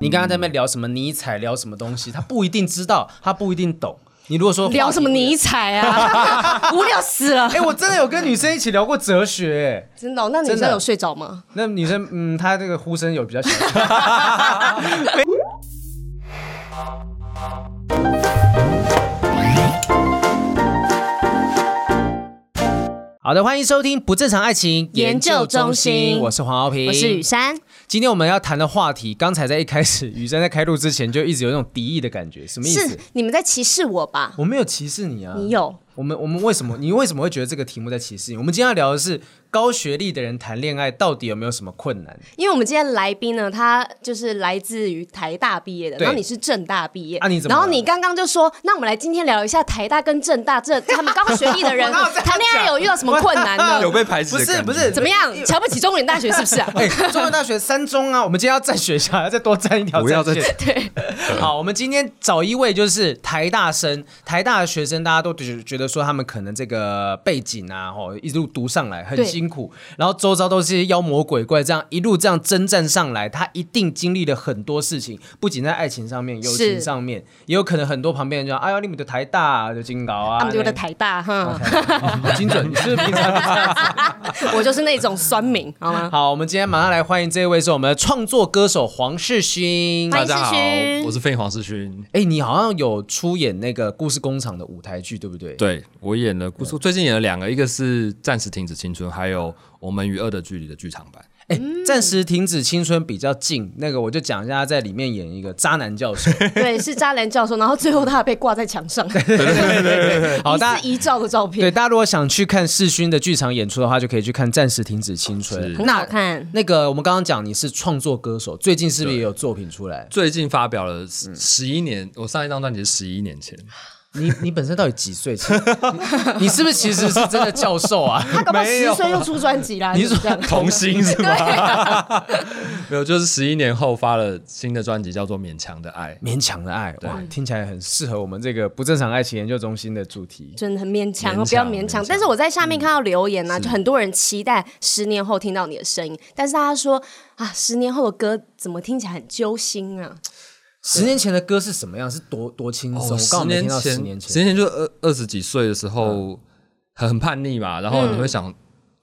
你刚刚在那边聊什么尼采，聊什么东西，他不一定知道，他不一定懂。你如果说 聊什么尼采 啊，无聊死了哎、。我真的有跟女生一起聊过哲学、真的哦、那女真的生有睡着吗？那女生，嗯，她这个呼声有比较小。好的，欢迎收听不正常爱情研究中心我是黄浩平，我是雨珊，今天我们要谈的话题，刚才在一开始，雨珊在开录之前就一直有那种敌意的感觉，什么意思是？你们在歧视我吧？我没有歧视你啊，你有？我们我们为什么？你为什么会觉得这个题目在歧视你？我们今天要聊的是高学历的人谈恋爱到底有没有什么困难因为我们今天来宾呢，他就是来自于台大毕业的，对然后你是正大毕业，啊你怎么然后了你刚刚就说，那我们来今天聊一下台大跟正大这他们高学历的人 我哪有 这样谈恋爱有遇到什么困难呢？有被排挤不的感是觉不是， 怎么样？ 瞧不起中原大学是不是啊？哎、中文大学三中啊，我们今天要站学校，要再多站一条不要战 再线。对，好，我们今天找一位就是台大生，台大的学生，大家都觉觉得说他们可能这个背景啊，吼，一路读上来很对辛苦，然后周遭都是妖魔鬼怪，这样一路这样征战上来，他一定经历了很多事情，不仅在爱情上面、友情是上面，也有可能很多旁边人就说哎呀，你们的台大啊就金搞啊， 他们就在台大，哼，好精准，你是不是平常 哎我就是那种酸民，好吗？好，我们今天马上来欢迎这位是我们的创作歌手黄世勋。欢迎大世家好勋，我是费黄世勋。哎、你好像有出演那个故事工厂的舞台剧，对不对？，对我演了，嗯故事，最近演了两个，一个是《暂时停止青春》，还有《我们与恶的距离》的剧场版。哎、暂时停止青春比较近，那个我就讲一下，他在里面演一个渣男教授。对，是渣男教授，然后最后他还被挂在墙上，疑好， 大似家。遗照的照对，片，大家如果想去看世勋的剧场演出的话，就可以去看《暂时停止青春》。很好看。那个我们刚刚讲你是创作歌手，最近是不是也有作品出来？最近发表了嗯十十一年，我上一张专辑是十一年 前， 你你本身到底几岁？其 实你你是不是其实是真的教授 啊？他搞不好十岁就出专辑啦，你就是这样童星是吗？啊 没有，就是十一年后发了新的专辑，叫做《勉强的爱》。勉强的爱，哇，听起来很适合我们这个不正常爱情研究中心的主题。 真的很勉强，哦勉强不要勉勉强强。但是我在下面看到留言啊呢、就很多人期待十年后听到你的声音，但是大家说啊，十年后的歌怎么听起来很揪心啊？十年前的歌是什么样？是多多轻哦松？我刚十好没年听到十前，十年年前。嗯前就二二十几岁的时候，很很叛逆嘛，然后你会想，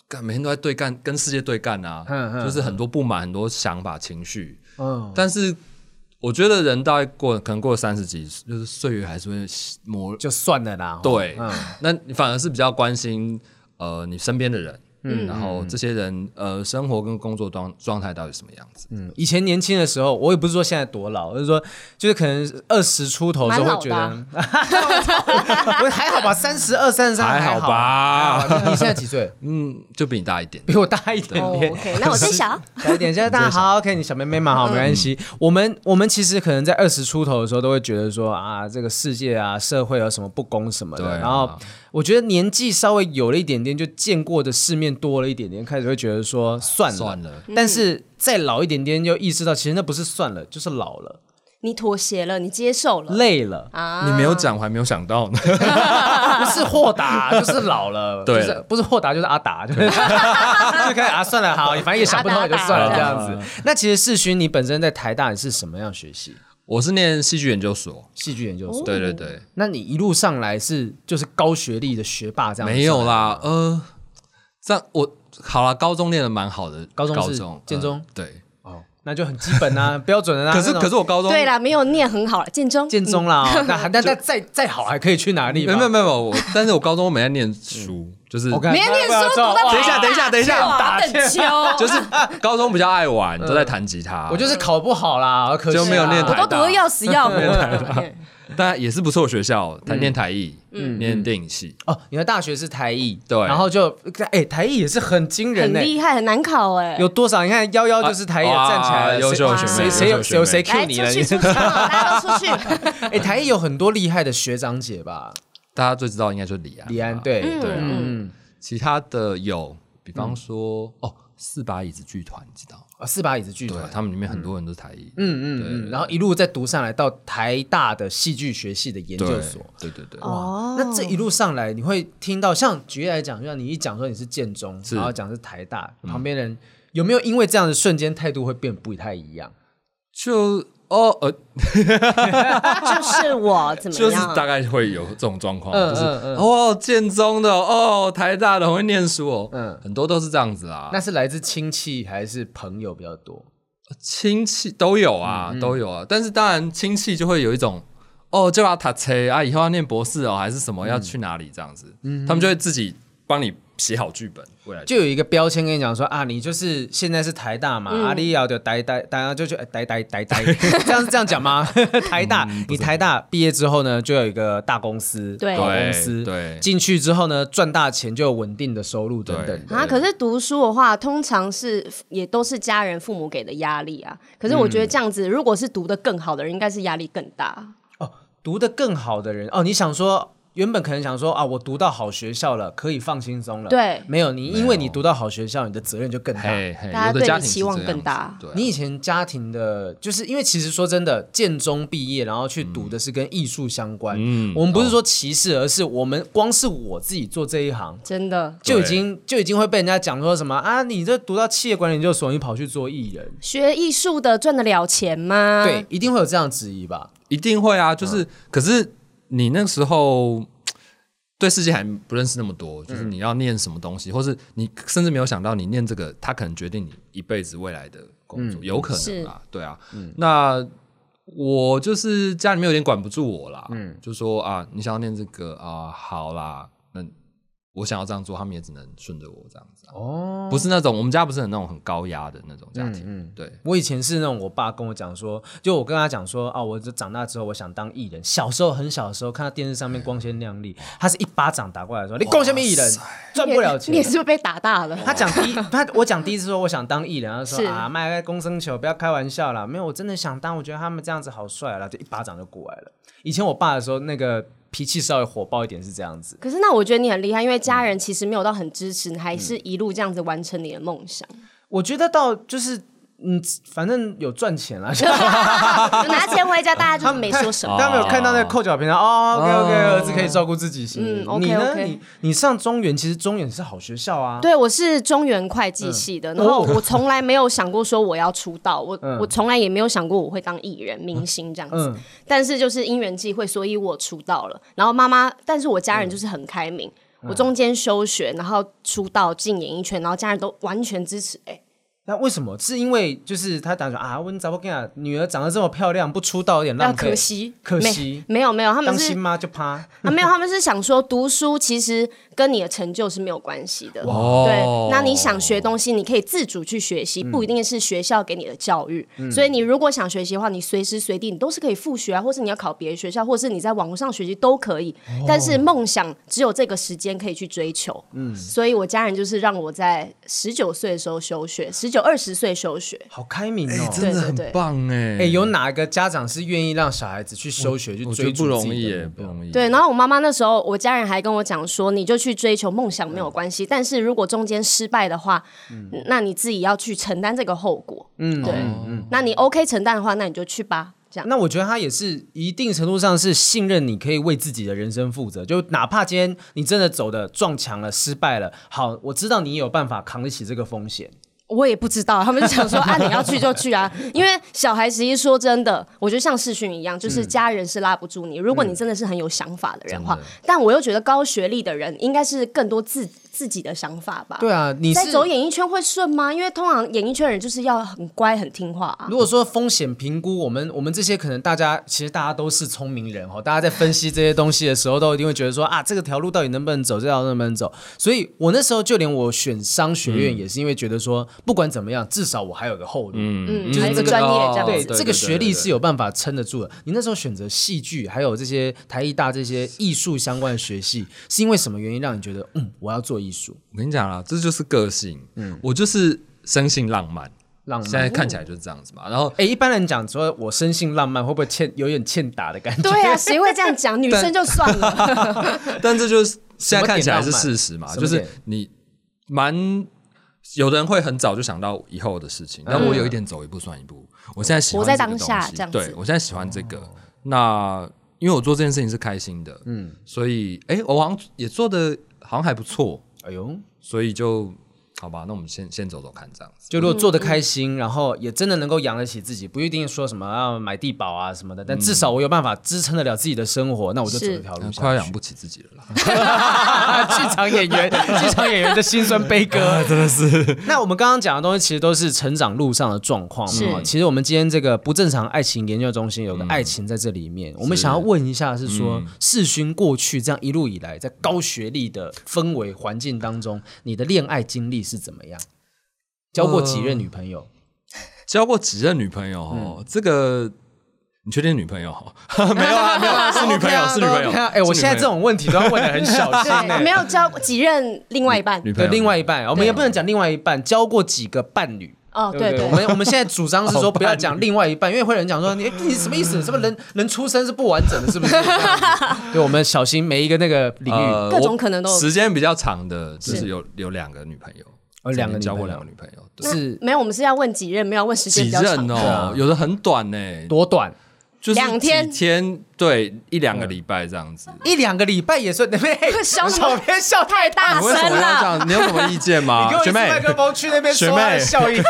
干每天都在对干，跟世界对干啊嗯嗯，就是很多不满，很多想法、情绪。嗯，但是我觉得人大概过可能过了三十几，就是岁月还是会磨。就算了啦。吼对，那你反而是比较关心呃你身边的人。嗯，然后这些人呃，生活跟工作状状态到底什么样子？嗯以前年轻的时候，我也不是说现在多老，就是说，就是可能二十出头的时候会觉得蛮， 我还好吧，三十二、三十三还好吧还好你你现在几 岁？嗯，就比你大一点。比我大一点哦点。 ，OK，那我在想，小一点，现在大家好，OK，你小妹妹嘛，好，没关系。我嗯们我们其实可能在二十出头的时候，都会觉得说啊，这个世界啊，社会有什么不公什么的。对啊然后我觉得年纪稍微有了一点点，就见过的世面多了一点点，开始会觉得说算了，算了。但是再老一点点，就意识到其实那不是算了，就是老了，你妥协了，你接受了，累了， 啊你没有讲，我还没有想到呢。不是豁 达，就是老了，对就是不是豁达就是阿 达，就是就开始啊算了，好，反正也想不通，阿也就达算了阿达这样嗯子。那其实世勋，你本身在台大你是什么样学习？我是念戏剧研究所，戏剧研究所。对对对，那你一路上来是就是高学历的学霸这样？没有，啦，呃，这样我好啦，高中念的蛮好的，高中高是中建中呃对，哦那就很基本啊， 标准的啊。可是那种可是我高中对啦，没有念很好了，建中，嗯建中啦嗯哦，那 还但但再再好还可以去哪里吧？没有没有没 有我，但是我高中没在念嗯书，就是我看没有念书，读到啊哇等一下等一下等一下打啊等秋， 就是高中比较爱玩，都在弹吉他，嗯我就是考不好啦，可惜啊就没有念我台都读的要死要活了。但也是不错的学校，他念台艺，嗯念电影系，哦，你的大学是台艺，对然后就哎台艺也是很惊人很呢。厉害，很难考哎、有多少？你看幺幺就是台艺啊站起来了，优秀谁的学谁妹谁有优秀的谁有谁学妹 Q 来你出了？去你出去，大家都出去。哎，台艺有很多厉害的学长姐吧？大家最知道应该就是李安，李安，对，对啊，嗯，其他的有，比方说哦，四把椅子剧团，你知道吗？啊四把椅子剧对团，，他们里面很多人都是台艺，嗯嗯嗯，然后一路再读上来到台大的戏剧学系的研对，究所。对对对，哦那这一路上来，你会听到像举例来讲，就像你一讲说你是建中，是然后讲是台大，旁边人有没有因为这样的瞬间态度会变不太一样？就哦呃， 就是我怎就么是样？大概会有这种状况，啊嗯就是嗯嗯哦建中的哦台大的很会念书哦，嗯很多都是这样子啊，那是来自亲戚还是朋友比较多？亲戚都有啊都有啊，但是当然亲戚就会有一种。哦，就要塔车啊，以后要念博士哦，还是什么要去哪里这样子，他们就会自己帮你写好剧本，未来就有一个标签跟你讲说啊，你就是现在是台大嗯嘛，阿丽要的台大，大家就去哎台台台台， 这样是这样讲吗？台大，嗯你台大毕业之后呢，就有一个大公司，对好公司，对对进去之后呢，赚大钱就有稳定的收入等等的。啊，可是读书的话，通常是也都是家人、父母给的压力啊。可是我觉得嗯这样子，如果是读的更好的人，应该是压力更大。哦，读得更好的人哦，你想说。原本可能想说啊，我读到好学校了，可以放轻松了。对没有你，因为你读到好学校，你的责任就更大。嘿嘿，大家有的对家你庭是期望这样更大子对啊你以前家庭的，就是因为其实说真的，建中毕业，然后去读的是跟艺术相关。嗯我们不是说歧视，而是我们光是我自己做这一行，真的，就已对经就已经会被人家讲说什么啊，你这读到企业管理研究所，你跑去做艺人，学艺术的赚得了钱吗？对，，一定会有这样质疑吧？一定会啊，就是、可是你那时候对世界还不认识那么多，就是你要念什么东西，或是你甚至没有想到你念这个，它可能决定你一辈子未来的工作，有可能啦，对啊，那。我就是家里面有点管不住我啦，嗯，就说啊，你想要念这个啊，好啦，那我想要这样做，他们也只能顺着我这样子、啊，哦，不是那种我们家不是很那种很高压的那种家庭，对，我以前是那种，我爸跟我讲说，就我跟他讲说啊，我这长大之后我想当艺人。小时候很小的时候看到电视上面光鲜亮嗯丽，他是一巴掌打过来说，你光鲜么艺人，赚不了钱哦你也。是不是被打大了？ 他讲 第一，他我讲第一次说我想当艺人，他说是啊，卖个公生球，不要开玩笑啦，没有，我真的想当，我觉得他们这样子好帅啊啦，就一巴掌就过来了。以前我爸的时候，那个脾气稍微火爆一点是这样子，可是那我觉得你很厉害，因为家人其实没有到很支持，你还嗯是一路这样子完成你的梦想， 我觉得到就是嗯，反正有赚钱啦， 就拿钱回家，大家就没啊说什么。大家没有看到那个扣脚平台哦，OK OK，儿子可以照顾自己行。嗯你呢？ OK，OK 你你上中原，其实中原是好学校啊。对，我是中原会计系的，然后哦我从来没有想过说我要出道，我、嗯我从来也没有想过我会当艺人、明星这样子。嗯但是就是因缘际会，所以我出道了。然后妈妈，但是我家嗯人就是很开明，我中间休学，然后出道进演艺圈，然后家人都完全支持、哎，那为什么？是因为就是他打算啊，温找我跟你讲，女儿长得这么漂亮，不出道有点那浪费，可惜，可惜没没有没有，他们当是新妈就趴。啊，没有，他们是想说读书其实跟你的成就是没有关系的。哦对，那你想学东西，你可以自主去学习，不一定是学校给你的教育。所以你如果想学习的话，你随时随地你都是可以复学啊，或是你要考别的学校，或是你在网络上学习都可以。但是梦想只有这个时间可以去追求。嗯，所以我家人就是让我在十九岁的时候休学，十九二十岁休学。好开明哎、哦！真的对对对很棒哎、哎，有哪个家长是愿意让小孩子去休学去我觉追得逐不容易自己的耶，目不标容易。对，然后我妈妈那时候，我家人还跟我讲说，你就去追求梦想没有关系，但是如果中间失败的话，那你自己要去承担这个后果。嗯，对，那你 OK 承担的话，那你就去吧，这样。那我觉得他也是一定程度上是信任你可以为自己的人生负责，就哪怕今天你真的走的撞墙了、失败了，好，我知道你有办法扛得起这个风险。我也不知道，他们就想 说啊，你要去就去啊，因为小孩其实说真的，我觉得像世勋一样，就是家人是拉不住你。如果你真的是很有想法的嗯人的话，但我又觉得高学历的人应该是更多自自己的想法吧。对啊，你在是走演艺圈会顺吗？因为通常演艺圈人就是要很乖、很听话啊。如果说风险评估，我们我们这些可能大家其实大家都是聪明人哦，大家在分析这些东西的时候，都一定会觉得说啊，这个条路到底能不能走，这条路能不能走？所以我那时候就连我选商学院，也是因为觉得说，不管怎么样，至少我还有个后路。嗯，就是还有一这个个专业这样子。哦对，对这个对学历对是有办法撑得住的。你那时候选择戏剧，还有这些台艺大这些艺术相关的学系，是因为什么原因让你觉得嗯，我要做艺术？我跟你讲啦，这就是个性。嗯，我就是生性浪漫，浪漫现在看起来就是这样子嘛。然后哎，一般人讲说我生性浪漫，会不会欠有点欠打的感觉？对啊，谁会这样讲？女生就算了，但这就是现在看起来是事实嘛，什么就点是你蛮有的人会很早就想到以后的事情，但我有一点走一步算一步。我现在喜欢活在这个当下东西这样子对我现在喜欢这个。那因为我做这件事情是开心的，嗯，所以哎、我好像也做的好像还不错，哎呦，所以就好吧，那我们先先走走看这样子。就如果做的开嗯心，然后也真的能够养得起自己，不一定说什么要、买地保啊什么的，但至少我有办法支撑得了自己的生活，那我就走是这条路下嗯去。快要养不起自己了啦！ 剧场演员，剧场演员的辛酸悲 嗯歌， 真的是。那我们刚刚讲的东西，其实都是成长路上的状况是嗯嘛。其实我们今天这个不正常爱情研究中心有个爱情在这里面，我们想要问一下，是说世勋过去这样一路以来，在高学历的氛围环境当中，你的恋爱经历是怎么样？交过几呃任女朋友？交过几任女朋友哦，嗯这个你确定女朋友哦？没有啊，没有啊，是 女朋友，是女朋友。哎，我现在这种问题都要问的很小心 对，哎。没有交几任另外一半女，对，朋友，另外一半，我们也不能讲另外一半，交过几个伴侣。哦，对对不我，对们我们现在主张是说不要讲另外一半，因为会有人讲说你哎你什么意思？什么人人出生是不完整的，是不 是？对，我们小心每一个那个领域，呃各种我可能都有时间比较长的，就是是有有两个女朋友，哦两个女朋友交过两个女朋友，对是没有，我们是要问几任，没有要问时间几比较长任的。哦，有的很短呢，啊多短？就是两天嗯几天，对，一两个礼拜这样子。一两个礼拜也 算， 嘿嘿笑什么小编笑太太大你为什声么要这了，样？你有什么意见吗 你给我，一啊学支妹？麦克风去那边说他的学妹 笑音，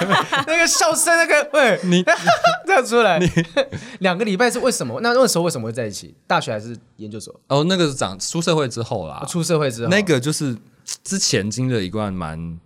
那个笑声，那个喂，你 这样出来。 两个礼拜是为什么？那那时候为什么会在一起？大学还是研究所？哦，那个是长出社会之后啦，哦出社会之后，那个就是之前经历了一段蛮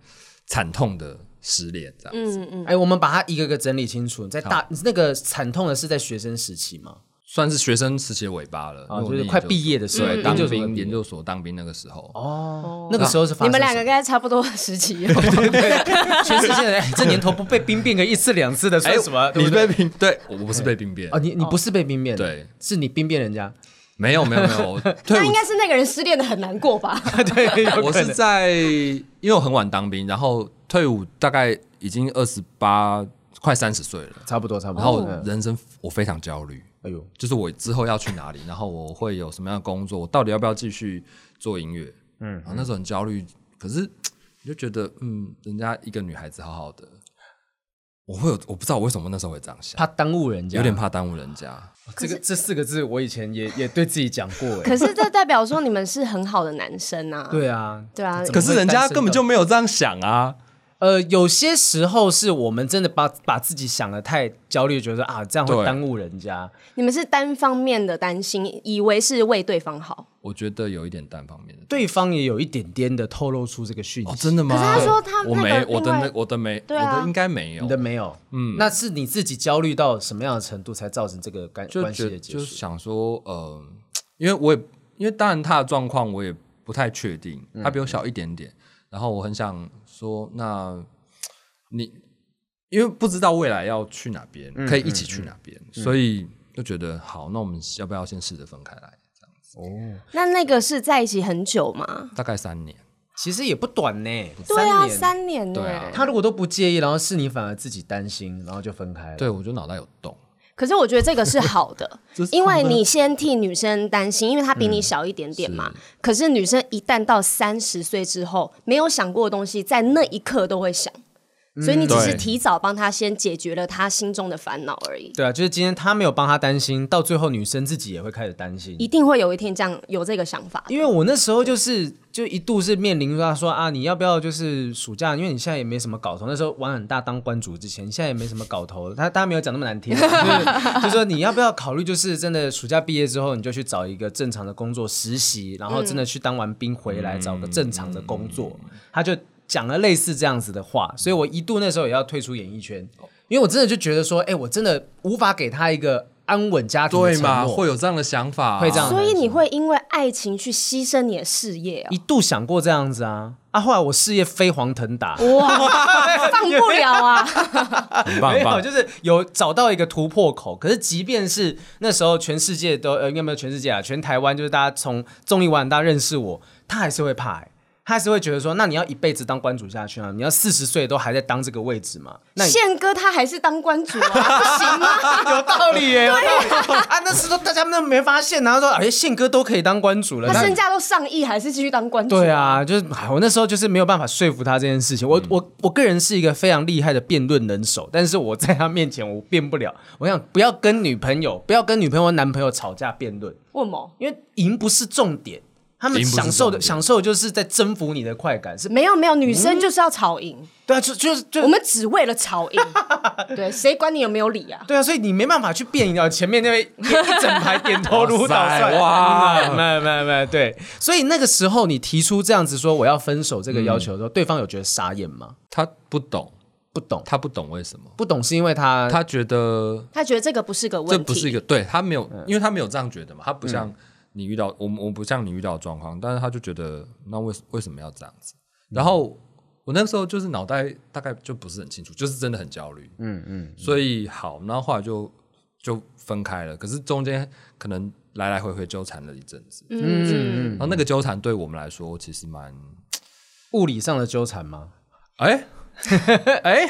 惨痛的失恋，这嗯样子、哎，我们把它一个个整理清楚。在大那个惨痛的是在学生时期吗？算是学生时期的尾巴了，啊因为我就是念快研究毕所业的时候对研当究所快毕兵业研究所当兵那个时候，哦，那个时候是发你生们两什个么应该差不多时期，哦 全世界的哎这年头不被兵变个一次两次的，算什么？对哎你不对 被兵对，我不是被兵变哦，，你你不是被兵变，对，是你兵变人 家，没有没有没 有，我退那伍应该是那个人失恋的很难过 吧？对，有可能我是在，因为我很晚当兵，然后退伍大概已经二十八，快三十岁了，差不多差不然后多我。人生我非常焦虑，哎呦，就是我之后要去哪里，然后我会有什么样的工作，我到底要不要继续做音乐？嗯，然后那时候很焦虑，可是你就觉得，嗯，人家一个女孩子好好的，我会有，我不知道我为什么那时候会这样想，怕啊耽误人家，有点怕耽误人家。这个这四个字，我以前也也对自己讲过，哎可，是这代表说你们是很好的男生啊。对啊，对啊，怎么可是人家根本就没有这样想啊，呃，有些时候是我们真的把把自己想的太焦虑，觉得啊这样会对耽误人家，你们是单方面的担心，以为是为对方好。我觉得有一点单方面的。对方也有一点点的透露出这个讯哦，息，真的吗？可是他说他我那个没我的另外那我的没，对啊我的应该没有你的，没有，嗯，那是你自己焦虑到什么样的程度才造成这个关就关系觉的结就束？想说，呃，因为我也因为当然他的状况我也不太确定，他比我小一点点，然后我很想说，那你因为不知道未来要去哪边，可以一起去哪边，所以就觉得好，那我们要不要先试着分开来？这样那那个是在一起很久吗？大概三年，其实也不短呢，对啊，年三年呢、对啊他如果都不介意，然后是你反而自己担心，然后就分开了。对我觉得脑袋有洞，可是我觉得这个是好 的，因为你先替女生担心，因为她比你小一点点嘛。可是女生一旦到三十岁之后，没有想过的东西，在那一刻都会想，嗯所以你只是对提早帮她先解决了她心中的烦恼而已。对啊，就是今天他没有帮他担心，到最后女生自己也会开始担心。一定会有一天这样有这个想法，因为我那时候就是就一度是面临到说啊，你要不要就是暑假？因为你现在也没什么搞头，那时候玩很大当官主之前，你现在也没什么搞头。他他没有讲那么难听，啊 就是就说你要不要考虑，就是真的暑假毕业之后，你就去找一个正常的工作实习，然后真的去当完兵回来找个正常的工作。嗯他就讲了类似这样子的话，所以我一度那时候也要退出演艺圈，因为我真的就觉得说，哎，我真的无法给他一个安稳家庭的对承嘛？诺会有这样的想法啊，会这样所以你会因为爱情去牺牲你的事业哦一。度想过这样子啊，啊，后来我事业飞黄腾达，哦哇， 放不了啊！很棒 没很 有，棒，就是有找到一个突破口。可是即便是那时候全世界都呃，应该没有全世界啊，全台湾就是大家从综艺玩大家认识我，他还是会怕、欸。他还是会觉得说，那你要一辈子当关主下去啊？你要四十岁都还在当这个位置嘛？ 那你宪哥他还是当官主啊，不行吗？ 有道理耶、有道理 啊！那时候大家那没发现、啊，然后说，哎，宪哥都可以当关主了，他那身价都上亿，还是继续当官主？对，啊，就是哎我那时候就是没有办法说服他这件事情。嗯我、我我个人是一个非常厉害的辩论能手，但是我在他面前我辩不了。我想不要跟女朋友，不要跟女朋友、男朋友吵架辩论，为什么？因为赢不是重点。他们赢不是享受的重点享受就是在征服你的快感，是没有没有，女生就是要吵赢，对啊，就就是就我们只为了吵赢，对，谁管你有没有理啊？对啊，所以你没办法去辩赢到前面那位一整排点头如捣哇蒜。塞哇没有没有没有，对。所以那个时候你提出这样子说我要分手这个嗯要求的时候，对方有觉得傻眼吗？他不懂，不懂，他不懂为什么，不懂是因为他他觉得他觉得这个不是个这问题，不是一个对他没有，因为他没有这样觉得嘛，他不像你遇到我们，我不像你遇到的状况，但是他就觉得那为为什么要这样子？然后我那时候就是脑袋大概就不是很清楚，就是真的很焦虑，嗯嗯，所以好，然后后来就就分开了，可是中间可能来来回回纠缠了一阵子，嗯，然后那个纠缠对我们来说其实蛮，物理上的纠缠吗？哎哎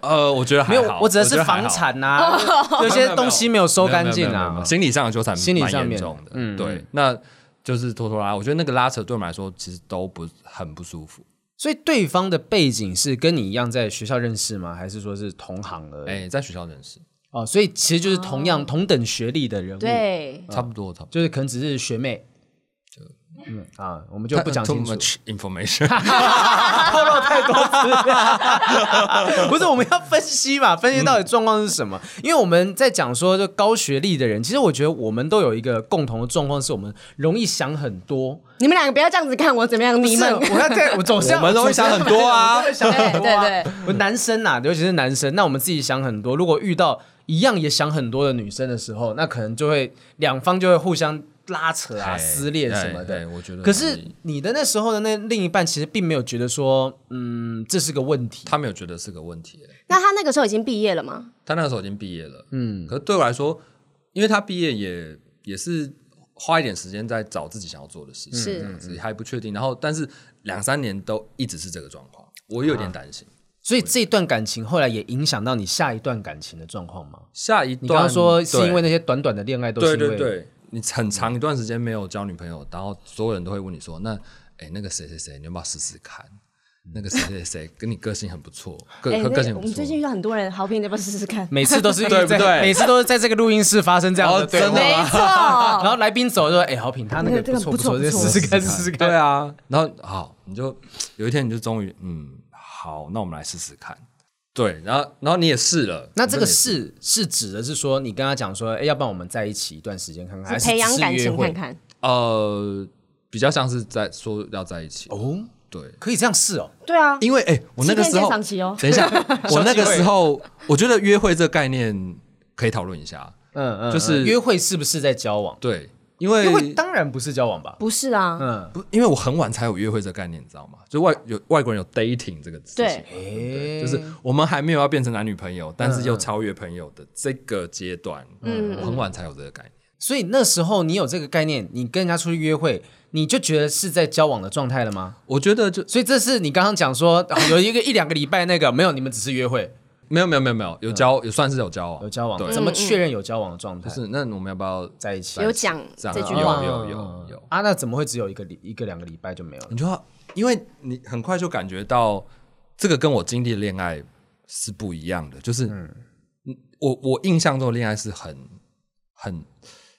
呃，我觉得还没有好，，我指的觉是得还房好产呐，有 没有没些有东西没有收干净没有没有没有没啊有。心理上的纠缠心理上蛮面的严重的，嗯，对，那就是拖拖拉拉。我觉得那个拉扯对我们来说其实都不很不舒服。所以对方的背景是跟你一样在学校认识吗？还是说是同行而已？哎，在学校认识，哦，所以其实就是同样同等学历的人物，对，差不多，差不多。就是可能只是学妹。嗯啊，我们就不讲呃 Too 清楚。 much information，透露太多资 料，不是我们要分析 嘛？分析到底状况是什么？因为我们在讲说，就高学历的人，其实我觉得我们都有一个共同的状况，是我们容易想很多。你们两个不要这样子看我怎么样，你们不是我要在我总是要我们容易想很多啊总是要我们都会想很多啊对对对我男生呐、尤其是男生，那我们自己想很多。如果遇到一样也想很多的女生的时候，那可能就会两方就会互相拉扯啊、哎撕裂什么的。哎哎我觉得可是很你的那时候的那另一半其实并没有觉得说，嗯，这是个问题。他没有觉得是个问题。哎 那他那个时候已经毕业了吗？他那个时候已经毕业了，嗯，可是对我来说，因为他毕业也也是花一点时间在找自己想要做的事嗯情，是这样子还不确定。然后，但是两三年都一直是这个状况，我啊有点担心。所以这一段感情后来也影响到你下一段感情的状况吗？下一段你刚刚说是因对为那些短短的恋爱都是对因为啊对对，你很长一段时间没有交女朋友，然后所有人都会问你说：“那哎，那个谁谁谁，你要不要试试看？那个谁谁谁跟你个性很不错，个哎，个个那性我们很不最近错。遇到很多人，好评，你要不要试试看？每次都是对不对每次都是在这个录音室发生这样的哦对话真的没吗然错，后来宾走就说：“哎，好品，他那个那个不错不错错，不就错试试看，试试”看。对啊，然后好，你就有一天你就终于嗯，好，那我们来试试看。对，然后然后你也试了，那这个你真的也是是指的是说，你跟他讲说，哎，要不然我们在一起一段时间看看，还是培养只是感约情会看看，呃，比较像是在说要在一起。哦，对，可以这样试哦。对啊，因为哎、我那个时欺骗候鉴赏期哦 等一下，我那个时候我觉得约会这个概念可以讨论一下。嗯嗯，就嗯是约会是不是在交往？对，因为约会当然不是交往吧？不是啊，嗯，不，因为我很晚才有约会这个概念，你知道吗？就外有外国人有 dating 这个事情嘛，对对不对就是我们还没有要变成男女朋友，但是又超越朋友的这个阶段，嗯，我很晚才有这个概念。所以那时候你有这个概念，你跟人家出去约会，你就觉得是在交往的状态了吗？我觉得就所以这是你刚刚讲说、 啊有一个一两个礼拜那个没有，你们只是约会没有没有没有没有有交，也算是有交往，啊有交往，对嗯怎么确认有交往的状态不？是，那我们要不要在一起有讲这样这句有话，有有有，啊？那怎么会只有一个礼一个两个礼拜就没有了？你就要，因为你很快就感觉到这个跟我经历的恋爱是不一样的，就是，嗯我我印象中的恋爱是很很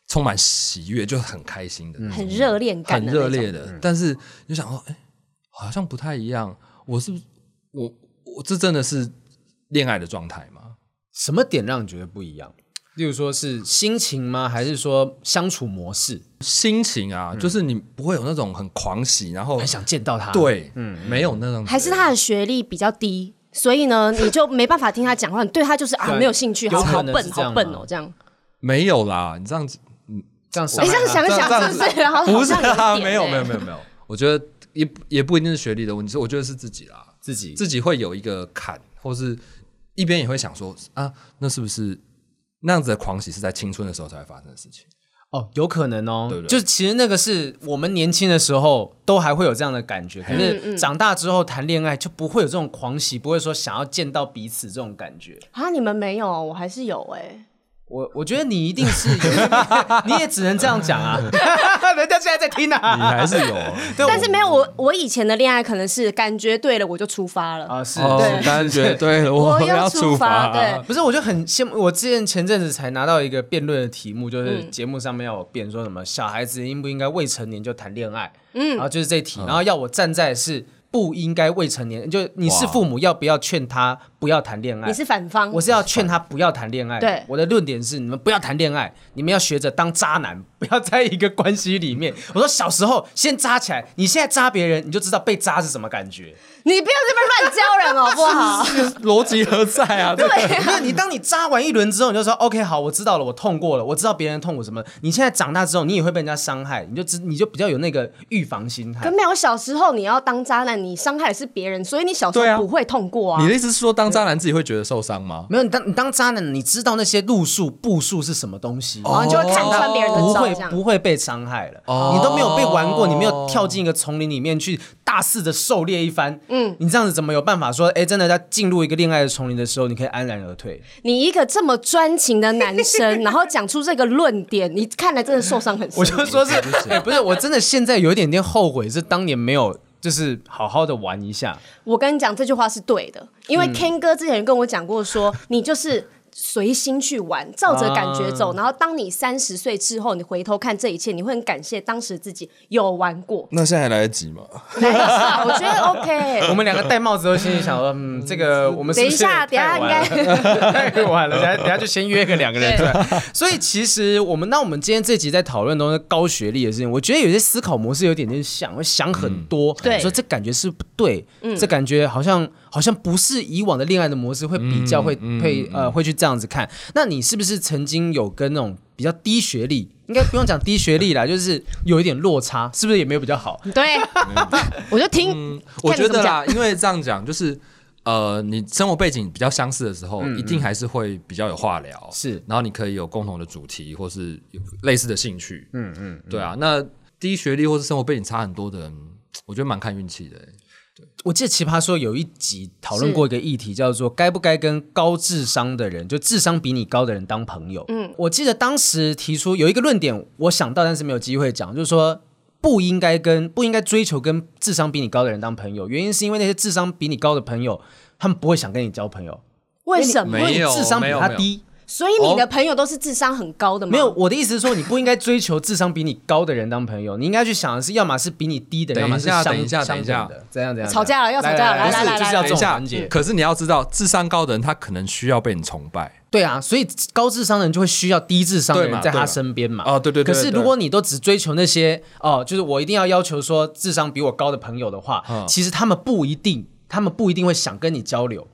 充满喜悦，就很开心的，很热恋感，很热烈，嗯的。嗯但是你就想说，哎、好像不太一样，我是不是我我这真的是恋爱的状态吗？什么点让你觉得不一样？例如说是心情吗？还是说相处模式？心情啊，就是你不会有那种很狂喜，然后很想见到他？，对，嗯，没有那种，还是他的学历比较低，所以呢，你就没办法听他讲话，你对他就是啊对没有兴趣，有好可好能是笨，这样吗好笨哦，这样。没有啦，你这样子。这样伤哎，害这样他。想一啊这样想，是子不是？然后不是啊，没有没有。欸有没有没有，我觉得也也不一定是学历的问题，是我觉得是自己啦，自己自己会有一个坎，或是一边也会想说啊，那是不是那样子的狂喜是在青春的时候才会发生的事情？哦，有可能哦，对不对就是其实那个是我们年轻的时候都还会有这样的感觉，可嗯是长大之后谈恋爱就不会有这种狂喜，不会说想要见到彼此这种感觉。啊，你们没有，我还是有哎、我我觉得你一定是有 一面，你也只能这样讲啊， 人家现在在听你啊，还是有 对，但是没有我，我以前的恋爱可能是感觉对了我就出发了，啊是哦对，当然觉得对了，我又要出处发，罚，啊对，不是，我就很羡慕。我之前前阵子才拿到一个辩论的题目，就是嗯节目上面要我辩说什么小孩子应不应该未成年就谈恋爱，嗯，然后就是这题，然后要我站在是不应该未成年，就你是哇父母要不要劝他不要谈恋爱你？是反方，我是要劝他不要谈恋爱。对我的论点是，你们不要谈恋爱，你们要学着当渣男，不要在一个关系里面。我说小时候先渣起来，你现在渣别人，你就知道被渣是什么感觉。你不要这边乱教 人好不好？逻辑何在 啊？对，没有，你当你扎完一轮之后，你就说 OK，好，我知道了，我痛过了，我知道别人痛苦什么。你现在长大之后，你也会被人家伤害，你就知你就比较有那个预防心态可。没有，小时候你要当渣男，你伤害的是别人，所以你小时对候啊不会痛过啊。你的意思是说，当渣男自己会觉得受伤吗？没有，你当你当渣男，你知道那些路数步数是什么东西，然后哦你就会看穿别人的不照，会这样。不会被伤害了。哦你都没有被玩过，你没有跳进一个丛林里面去大肆的狩猎一番。嗯，你这样子怎么有办法说，哎，真的在进入一个恋爱的丛林的时候，你可以安然而退？你一个这么专情的男 生，然后讲出这个论点，你看来真的受伤很深我。就说是，哎，不是，我真的现在有一点点后悔，是当年没有就是好好的玩一下。我跟你讲，这句话是对的，嗯因为 Ken 哥之前跟我讲过说，你就是。随心去玩，照着感觉走。啊然后，当你三十岁之后，你回头看这一切，你会很感谢当时自己有玩过。那现在还来得及吗？来一下，我觉得 OK。 我们两个戴帽子都心里想说，嗯，这个我们是等不一是下，等一下太晚应了 该太晚 了，等下等下就先约个两个人出来。所以其实我们那我们今天这集在讨论都是高学历的事情，我觉得有些思考模式有点点像，会想很多，嗯对嗯说这感觉是不对，这感觉好像好像不是以往的恋爱的模式，会比较会嗯会呃会去这样子看。那你是不是曾经有跟那种比较低学历？应该不用讲低学历啦，就是有一点落差，是不是也没有比较好？对，嗯我就听。我看你觉怎么得讲啦，因为这样讲就是。呃，你生活背景比较相似的时候，一定还是会比较有话聊，是然后你可以有共同的主题，或是有类似的兴趣，嗯嗯，对啊。那低学历或是生活背景差很多的人，我觉得蛮看运气的欸、我记得《奇葩说》有一集讨论过一个议题，叫做该不该跟高智商的人，就智商比你高的人当朋友。嗯，我记得当时提出有一个论点，我想到但是没有机会讲，就是说不应该跟不应该追求跟智商比你高的人当朋友，原因是因为那些智商比你高的朋友，他们不会想跟你交朋友，为什么因？为你没有智商比没有他没有低。所以你的朋友都是智商很高的吗？没有，，我的意思是说，你不应该追求智商比你高的人当朋友，你应该去想的是，要么是比你低的人，要等么一是下相等一下相等一下等的，怎样怎样？吵架了要吵架了来来来来就是要这等一种下环节，。可是你要知道，智商高的人他可能需要被你崇拜，对啊，所以高智商的人就会需要低智商的对人嘛在对他嘛身边嘛。哦对对对可是对如果你都只追求那些哦、就是我一定要要求说智商比我高的朋友的话，嗯其实他们不一定，他们不一定会想跟你交流。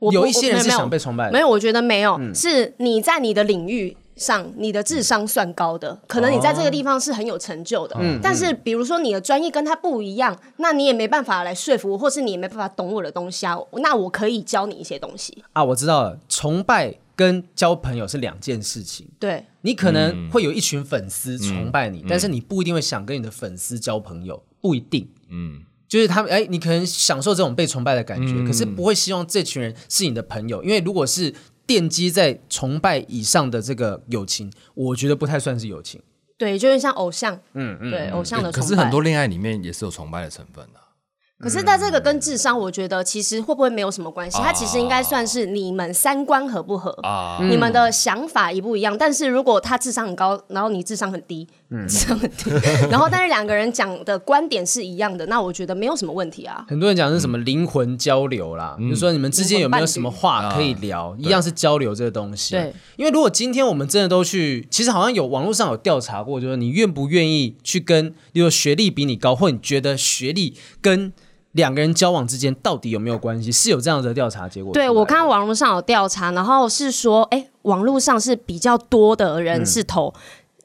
我不有一些人我是没有嗯想被崇拜的没有，我觉得没有，是你在你的领域。上你的智商算高的，可能你在这个地方是很有成就的，但是比如说你的专业跟他不一样，那你也没办法来说服我，或是你也没办法懂我的东西啊。那我可以教你一些东西，啊，我知道了，崇拜跟交朋友是两件事情。对，你可能会有一群粉丝崇拜你，但是你不一定会想跟你的粉丝交朋友，不一定。嗯，就是他们哎，你可能享受这种被崇拜的感觉，可是不会希望这群人是你的朋友，因为如果是奠基在崇拜以上的这个友情，我觉得不太算是友情。对，就是像偶像，嗯嗯，对，偶像的可崇拜。是很多恋爱里面也是有崇拜的成分啊的、可是，在这个跟智商，我觉得其实会不会没有什么关系？它其实应该算是你们三观合不合啊你们的想法一不一样。但是如果他智商很高，然后你智商很低，智商很低，然后但是两个人讲的观点是一样的，那我觉得没有什么问题啊。很多人讲是嗯什么灵魂交流啦，就是说你们之间有没有什么话可以聊，嗯一样是交流这个东西。啊对，因为如果今天我们真的都去，其实好像有网络上有调查过，就是你愿不愿意去跟，例如学历比你高，或你觉得学历跟两个人交往之间到底有没有关系，是有这样子的调查结果出来对，的。我看网络上有调查，然后是说，哎、网络上是比较多的人是投，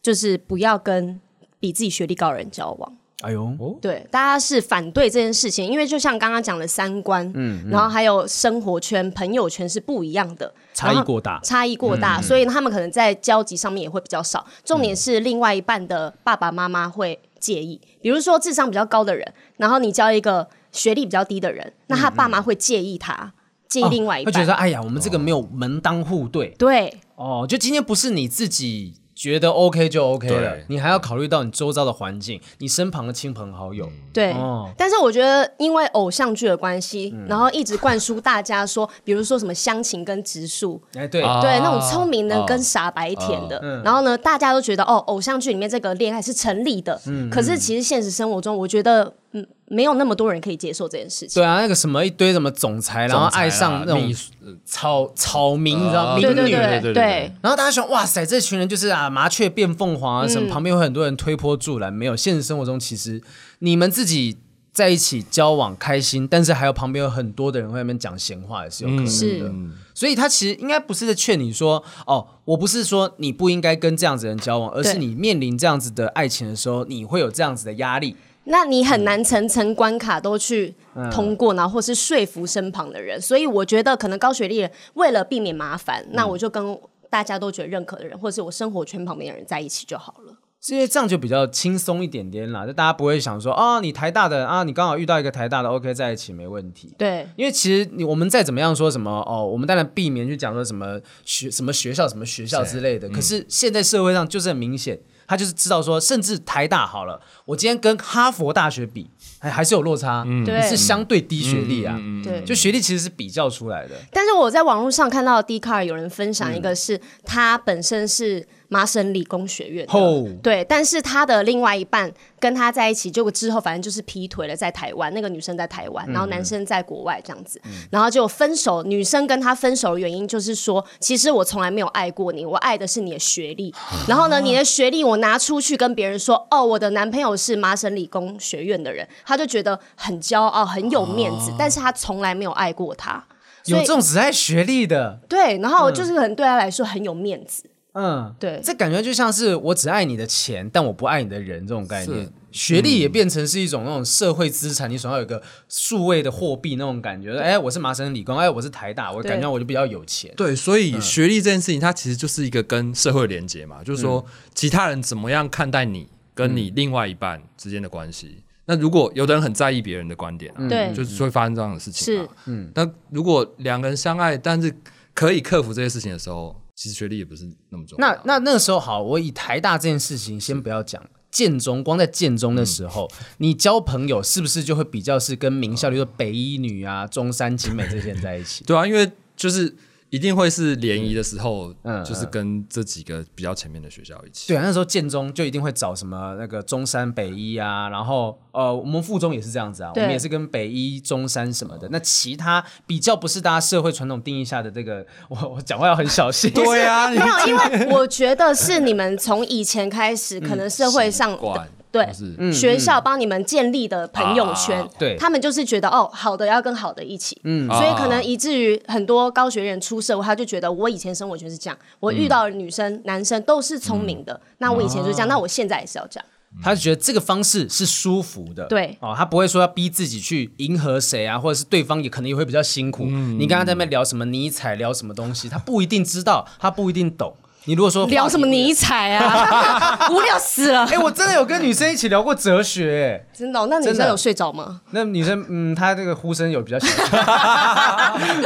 就是不要跟比自己学历高的人交往。哎呦，对，大家是反对这件事情，因为就像刚刚讲的三观，嗯然后还有生活圈、朋友圈是不一样的，差异然后过大嗯差异过大，所以他们可能在交集上面也会比较少。重点是另外一半的爸爸妈妈会介意，比如说智嗯商比较高的人，然后你交一个学历比较低的人，那他爸妈会介意他。介意另外一会觉半。得说哎呀，我们这个没有门当户对对，哦，就今天不是你自己觉得 OK 就 OK 了对，你还要考虑到你周遭的环境，你身旁的亲朋好友。嗯对，哦嗯但是我觉得因为偶像剧的关系，然后一直灌输大家说，比如说什么乡情跟植树，哎，对，啊对那种聪明的啊跟傻白甜的，然后呢，大家都觉得哦，偶像剧里面这个恋爱是成立的，可是其实现实生活中，我觉得嗯，没有那么多人可以接受这件事情。对啊，那个什么一堆什么总裁，然后爱上那种呃秘书呃草草民，你知道吗？啊民对对女。对对嗯对对然后大家想，哇塞，这群人就是啊，麻雀变凤凰啊，什么、旁边有很多人推波助澜，没有。现实生活中，其实你们自己在一起交往开心，但是还有旁边有很多的人会在那边讲闲话，也嗯是有可能的。是所以他其实应该不是在劝你说，哦，我不是说你不应该跟这样子的人交往，而是对你面临这样子的爱情的时候，你会有这样子的压力。那你很难层层关卡都去通过，然后或是说服身旁的人。所以我觉得，可能高学历人为了避免麻烦，那我就跟大家都觉得认可的人，或是我生活圈旁边的人在一起就好了。是因为这样就比较轻松一点点啦，就大家不会想说啊、你台大的啊，你刚好遇到一个台大的，OK，在一起没问题。对，因为其实你我们再怎么样说什么哦，我们当然避免去讲说什么学什么学校什么学校之类的。可是现在社会上就是很明显，他就是知道说，甚至台大好了，我今天跟哈佛大学比，还还是有落差，对是相对低学历啊，对，就学历其实是比较出来的。但是我在网络上看到 d c a r 有人分享一嗯个是，他本身是麻省理工学院的哦对，但是他的另外一半跟他在一起，结果之后反正就是劈腿了，在台湾，那个女生在台湾，嗯然后男生在国外这样子，然后就分手。女生跟他分手的原因就是说，其实我从来没有爱过你，我爱的是你的学历。啊然后呢，你的学历我拿出去跟别人说，哦，我的男朋友是麻省理工学院的人，他就觉得很骄傲，很有面子，但是他从来没有爱过他。啊有所以这种只爱学历的，对，然后就是很对他来说很有面子。嗯，对这感觉就像是我只爱你的钱，但我不爱你的人这种概念是。学历也变成是一种那种社会资产，你手上有一个数位的货币那种感觉。哎，我是麻省理工，哎，我是台大，我对感觉我就比较有钱。对，所以学历这件事情，它其实就是一个跟社会连接嘛，就是说其他人怎么样看待你跟你另外一半之间的关系。那如果有的人很在意别人的观点、啊，对就是会发生这样的事情、啊。是，嗯，那如果两个人相爱，但是可以克服这些事情的时候，其实学历也不是那么重要。？那那那个时候好，我以台大这件事情先不要讲。建中光在建中的时候，嗯你交朋友是不是就会比较是跟名哦校，比如说北一女啊、中山、景美这些人在一起对啊，因为就是一定会是联谊的时候，嗯就是跟这几个比较前面的学校一起。对啊，那时候建中就一定会找什么那个中山北一啊，然后呃，我们附中也是这样子啊，我对们也是跟北一、中山什么的。那其他比较不是大家社会传统定义下的这个，我我讲话要很小心。对啊，你没有，因为我觉得是你们从以前开始，嗯可能社会上管对是学校帮你们建立的朋友圈啊，对他们就是觉得哦，好的要跟好的一起，嗯，所以可能以至于很多高学人出社会，他就觉得我以前生活圈是这样，我嗯遇到的女生、男生都是聪明的，那我以前就啊这样，那我现在也是要这样，他就觉得这个方式是舒服的，对哦，他不会说要逼自己去迎合谁啊，或者是对方也可能也会比较辛苦。你跟他在那边聊什么尼采，聊什么东西，他不一定知道，他不一定懂。你如果说聊什么尼采 啊，无聊死了哎、，我真的有跟女生一起聊过哲学、哎真的哦，那女真的生有睡着吗？那女生，嗯，她这个呼声有比较 小。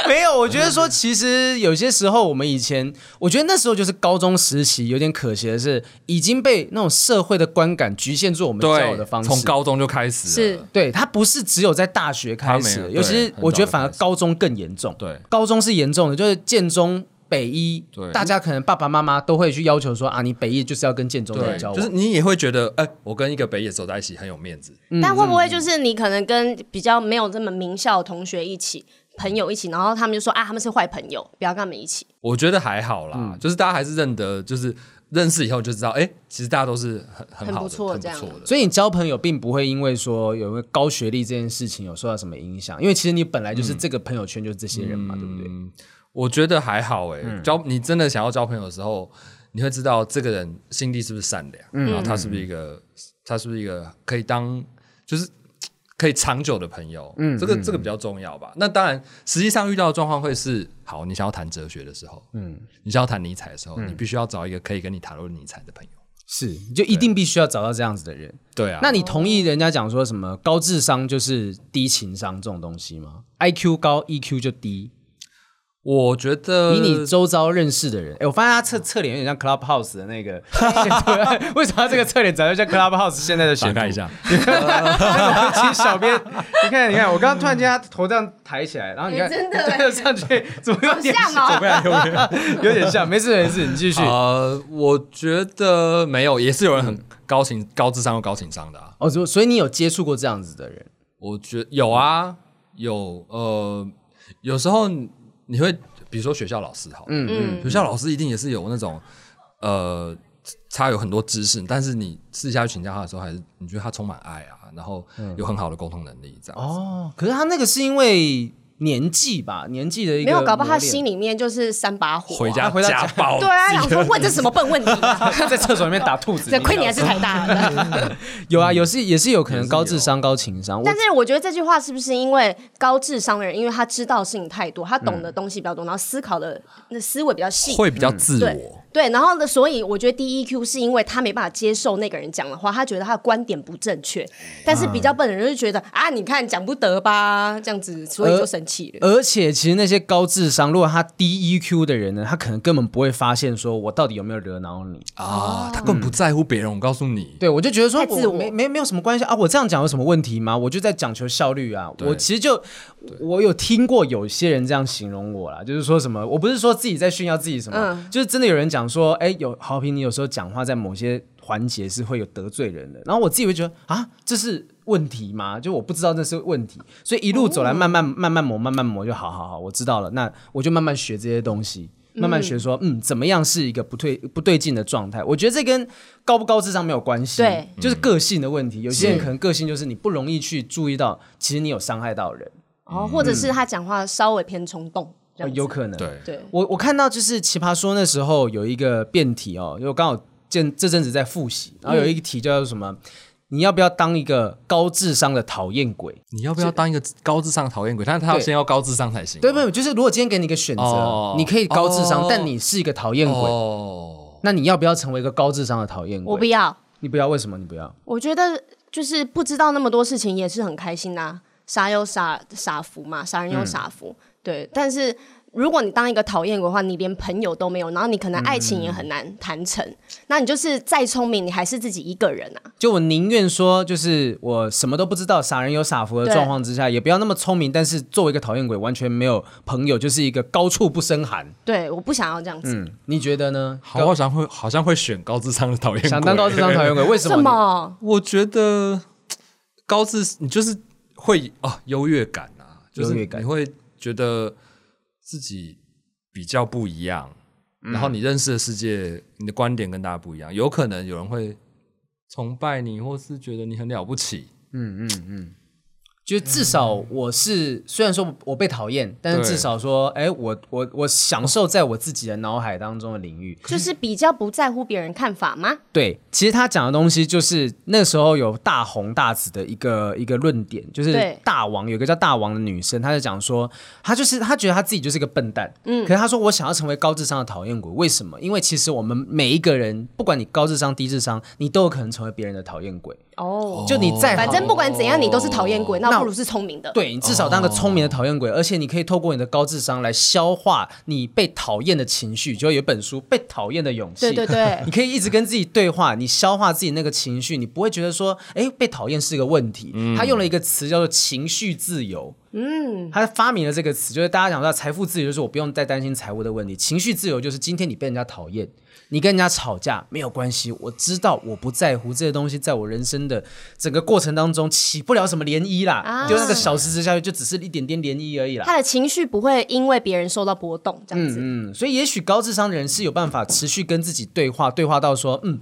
没有，我觉得说，其实有些时候，我们以前，我觉得那时候就是高中时期，有点可惜的是，已经被那种社会的观感局限住我们交友的方对，式。从高中就开始了是对，它不是只有在大学开它始，没有尤其是对我觉得很早就反而开始高中更严重。对高中是严重的，就是建中、北一，对大家可能爸爸妈妈都会去要求说啊，你北一就是要跟建中的人对，交往，就是你也会觉得，哎、我跟一个北野走在一起很有面子，但会不会就是你可能跟比较没有这么名校的同学一起、朋友一起，然后他们就说啊，他们是坏朋友，不要跟他们一起。我觉得还好啦，嗯就是大家还是认得，就是认识以后就知道，哎、其实大家都是很很好很的，不错很这不样错的。所以你交朋友并不会因为说有一个高学历这件事情有受到什么影响，因为其实你本来就是这个朋友圈就是这些人嘛，对不对？我觉得还好哎、交你真的想要交朋友的时候，你会知道这个人心地是不是善良，然后他是不是一个，他是不是一个可以当就是可以长久的朋友，嗯，这个这个比较重要吧。那当然，实际上遇到的状况会是，好，你想要谈哲学的时候，嗯，你想要谈尼采的时候，你必须要找一个可以跟你谈论尼采的朋友。是，你就一定必须要找到这样子的人。对啊，那你同意人家讲说什么高智商就是低情商这种东西吗？IQ 高，EQ 就低。我觉得以你周遭认识的人，呃哎、我发现他侧侧脸有点像 Clubhouse 的那 个，对为什么他这个侧脸长得 像 Clubhouse 现在的想选看一下， 其实小编，你看，你看，我刚刚突然间他头这样抬起来，然后你看，哎真的哎对上去怎么有好点像哦， 有点像？没事没事，你继续。呃，我觉得没有，也是有人很高情、高智商又高情商的啊。哦，所所以你有接触过这样子的人？我觉得有啊，有呃，有时候你你会比如说学校老师好，嗯嗯，学校老师一定也是有那种呃，他有很多知识，但是你私底下去请教他的时候，还是你觉得他充满爱啊，然后有很好的沟通能力这样嗯子。哦，可是他那个是因为年纪吧，年纪的一个没有，搞不好他磨练 心里面就是三把火啊。回家回到家家暴，对 啊，想说问这什么笨问题 啊？在厕所里面打兔子这，亏你还是台大的。有啊，有是也是有可能高智商、高情商，我但是我觉得这句话是不是因为高智商的人，因为他知道的事情太多，他懂的东西比较多，然后思考的那思维比较细。会比较自对我。对，然后呢？所以我觉得 D E Q 是因为他没办法接受那个人讲的话，他觉得他的观点不正确。但是比较笨的人就觉得啊，你看讲不得吧，这样子，所以就生气了。而且其实那些高智商，如果他低 EQ 的人呢，他可能根本不会发现说我到底有没有惹恼你。啊，他根本不在乎别人。我告诉你，对，我就觉得说太我自我没没没有什么关系啊，我这样讲有什么问题吗？我就在讲求效率啊。我其实就我有听过有些人这样形容我啦，就是说什么，我不是说自己在炫耀自己什么，嗯就是真的有人讲说，哎，有好评，你有时候讲话在某些环节是会有得罪人的，然后我自己会觉得啊，这是。问题吗？就我不知道那是问题，所以一路走哦来，慢慢、慢慢磨，慢慢磨，就好好好，我知道了。那我就慢慢学这些东西，慢慢学说，嗯，怎么样是一个不对不对劲的状态？我觉得这跟高不高智商没有关系，对，就是个性的问题。有些人可能个性就是你不容易去注意到，其实你有伤害到人，哦，或者是他讲话稍微偏冲动，这呃样子有可能。对，对。我我看到就是奇葩说那时候有一个辩题哦，因为我刚好见这阵子在复习，然嗯后有一个题叫做什么？你要不要当一个高智商的讨厌鬼？你要不要当一个高智商的讨厌鬼？但是他要对先要高智商才行。啊对不哦对？就是如果今天给你一个选择，哦你可以高智商，哦但你是一个讨厌鬼，哦，那你要不要成为一个高智商的讨厌鬼？我不要，你不要，为什么你不要？我觉得就是不知道那么多事情也是很开心呐、啊傻有傻傻福嘛，傻人有傻福。嗯对，但是如果你当一个讨厌鬼的话，你连朋友都没有，然后你可能爱情也很嗯难谈成，那你就是再聪明，你还是自己一个人啊。就我宁愿说，就是我什么都不知道，傻人有傻福的对状况之下，也不要那么聪明。但是作为一个讨厌鬼，完全没有朋友，就是一个高处不胜寒。对，我不想要这样子。嗯，你觉得呢？好我好像会好像会选高智商的讨厌鬼，想当高智商讨厌鬼，为什么什你？么？我觉得高智，你就是会啊优越感啊，就是优越感你会觉得自己比较不一样，嗯然后你认识的世界，你的观点跟大家不一样，有可能有人会崇拜你，或是觉得你很了不起。就是至少我是，虽然说我被讨厌，但是对至少说，哎，我我我享受在我自己的脑海当中的领域。就是比较不在乎别人看法吗？对，其实他讲的东西就是那时候有大红大紫的一个一个论点，就是对大王有一个叫大王的女生，她就讲说，她就是她觉得她自己就是个笨蛋，嗯，可是她说我想要成为高智商的讨厌鬼，为什么？因为其实我们每一个人，不管你高智商低智商，你都有可能成为别人的讨厌鬼，哦，就你再好反正不管怎样，你都是讨厌鬼，那那不如是聪明的。对你至少当个聪明的讨厌鬼，而且你可以透过你的高智商来消化你被讨厌的情绪，就有一本书《被讨厌的勇气》，对对 对你可以一直跟自己对话，你消化自己那个情绪，你不会觉得说，哎，被讨厌是个问题。他用了一个词叫做情绪自由，嗯，他发明了这个词，就是大家讲到财富自由，就是我不用再担心财务的问题，情绪自由就是今天你被人家讨厌。你跟人家吵架没有关系，我知道我不在乎这些东西，在我人生的整个过程当中起不了什么涟漪啦，啊就那个小石子下去就只是一点点涟漪而已啦。他的情绪不会因为别人受到波动，这样子。嗯，所以也许高智商的人是有办法持续跟自己对话，对话到说，嗯，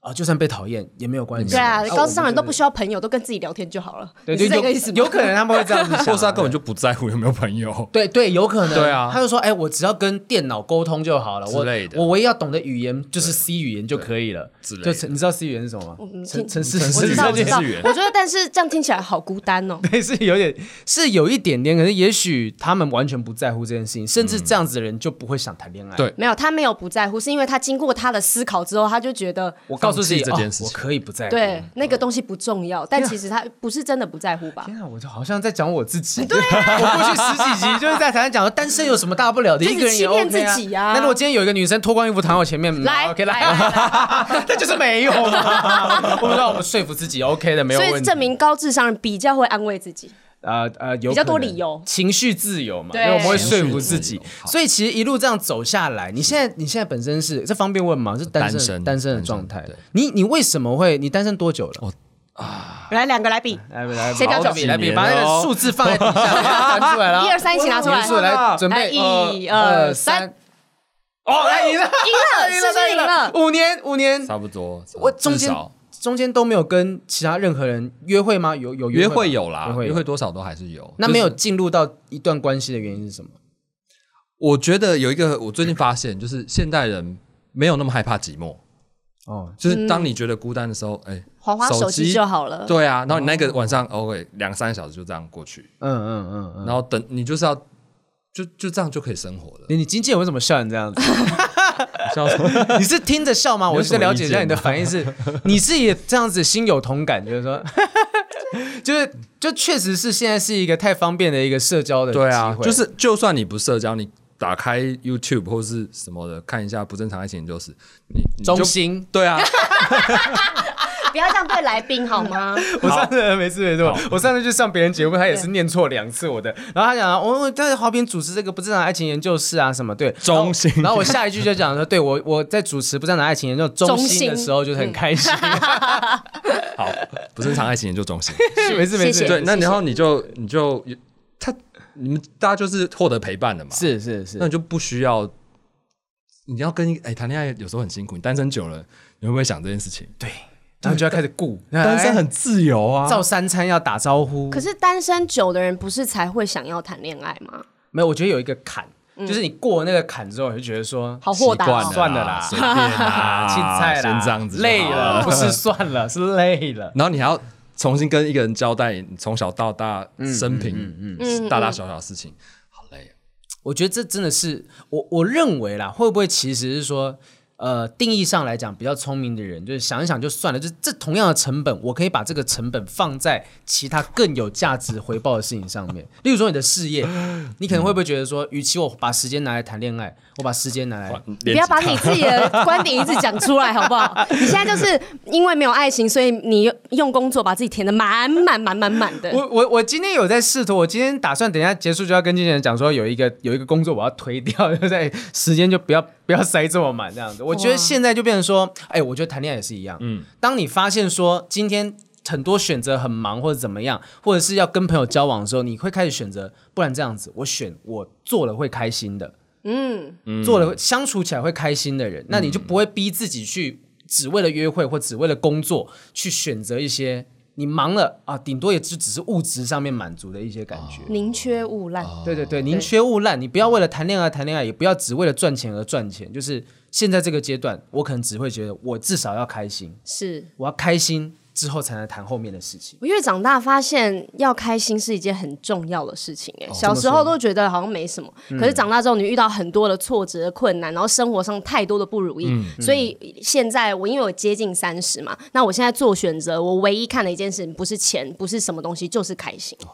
啊，就算被讨厌也没有关系。对啊，高智商人嗯哦都我不需要朋友，都跟自己聊天就好了。对你对，是这有个意思吗？有可能他们会这样子想，啊 或是他根本就不在乎有没有朋友， 对对，有可能。对啊他就说，哎，我只要跟电脑沟通就好了，我之类的我唯一要懂的语言就是 C 语言就可以了。之类的就你知道 C 语言是什么吗？城城市嗯我知道，我知道程式员。我觉得，但是这样听起来好孤单哦。 对，是有点是有一点点，可是也许他们完全不在乎这件事情，甚至这样子的人就不会想谈恋爱。嗯对没有，他没有不在乎，是因为他经过他的思考之后，他就觉得我告诉自己这件哦事我情可以不在乎。对，那个东西不重要，但其实他不是真的不在乎吧？天啊，我就好像在讲我自 己。对、我过去十几集就是在台上讲说单身有什么大不了的，啊就是一个人也欺骗 OK 啊。自己啊那如果今天有一个女生脱光衣服躺我前面，嗯来好，OK 来来来，那就是没有嘛。 我们让我们说服自己 OK 的，没有所问以题。证明高智商人比较会安慰自己。呃呃，有比较多可能理由情绪自由嘛，因对为我们会情绪说服自自由己，好所以其实一路这样走下来，你现在你现在本身是这方便问吗？是单单身身单身的单身状态对，你你为什么会你单身多久了？来，两个来比，来来，谁比较久好比来比，几年把那个哦数字放 在底下，拿出来了，一二三一起拿出来结束来准备，呃来一二三。哦，来赢了，赢了，是不是赢了？五年，五年，差不多。我中至间少中间都没有跟其他任何人约会吗？有有约吗会有啦，约约会会有。多少都还是有。那就没是有进入到一段关系的原因是什么？我觉得有一个，我最近发现，就是现代人没有那么害怕寂寞，哦，就是当你觉得孤单的时候，哎、滑滑嗯手机就好了。对啊，然后你那哦个晚上偶尔两三个小时就这样过去，嗯嗯嗯嗯。然后等你就是要就就这样就可以生活了。你你经纪人为什么笑成这样 子？像什么你是听着笑吗？你我有是在什么了意解一见下你的吗反应是， 你是也这样子心有同感，就是说， 就是就确实是现在是一个太方便的一个社交的 对啊机，会就是就算你不社交，你打开 YouTube 或是什么的看一下不正常爱情研究室，你你就中心。对啊， 不要这样对来宾好吗？我上次没事没事，我上次去上别人节目，他也是念错两次我的，然后他讲啊我我在华平主持这个不正常爱情研究室啊什么对中心然后，然后我下一句就讲说，对我我在主持不正常爱情研究中心的中心嗯时候就是很开 心，好，不正常爱情研究 中心。没事没谢事，谢对，那然后你就你就他你们大家就是获得陪伴了嘛，，是是是那，你就不需要。你要跟哎谈恋爱有时候很辛苦，你单身久了，你会不会想这件事情？对，然后就要开始顾 哎哎单身很自由 啊，照三餐要打招呼，可是单身久的人不是才会想要谈恋爱吗？没有，我觉得有一个坎，就是你过了那个坎之后，你就觉得说嗯好豁达习惯算哦了，了啦随便啦， 青菜啦，先这样子就好累了，不是算了，是累了。然后你还要重新跟一个人交代你从小到大生平、嗯大大小小的事情，好累、啊。我觉得这真的是我我认为啦，会不会其实是说，呃，定义上来讲，比较聪明的人就是想一想就算了，就是这同样的成本，我可以把这个成本放在其他更有价值回报的事情上面。例如说你的事业，你可能会不会觉得说，与其我把时间拿来谈恋爱，我把时间拿来啊你不要把你自己的观点一直讲出来，好不好？你现在就是因为没有爱情，所以你用工作把自己填的满满满满满的。我我我今天有在试图，我今天打算等一下结束就要跟经纪人讲说有一个有一个工作我要推掉， 就在时间就不要 不要塞这么满这样子。我觉得现在就变成说，哎，我觉得谈恋爱也是一样，嗯，当你发现说今天。很多选择很忙或者怎么样，或者是要跟朋友交往的时候，你会开始选择，不然这样子，我选我做了会开心的，嗯做了相处起来会开心的人，那你就不会逼自己去只为了约会或只为了工作去选择一些你忙了啊，顶多也就只是物质上面满足的一些感觉。哦宁缺毋滥，对对对，宁缺毋滥，你不要为了谈恋爱谈恋爱，也不要只为了赚钱而赚钱。就是现在这个阶段，我可能只会觉得我至少要开心，是我要开心之后才能谈后面的事情。我越长大发现，要开心是一件很重要的事情、欸。哦小时候都觉得好像没什么，可嗯是长大之后，你遇到很多的挫折、困难，然后生活上太多的不如意，嗯所以现在我因为我接近三十嘛，那我现在做选择，我唯一看的一件事情不是钱，不是什么东西，就是开心。哦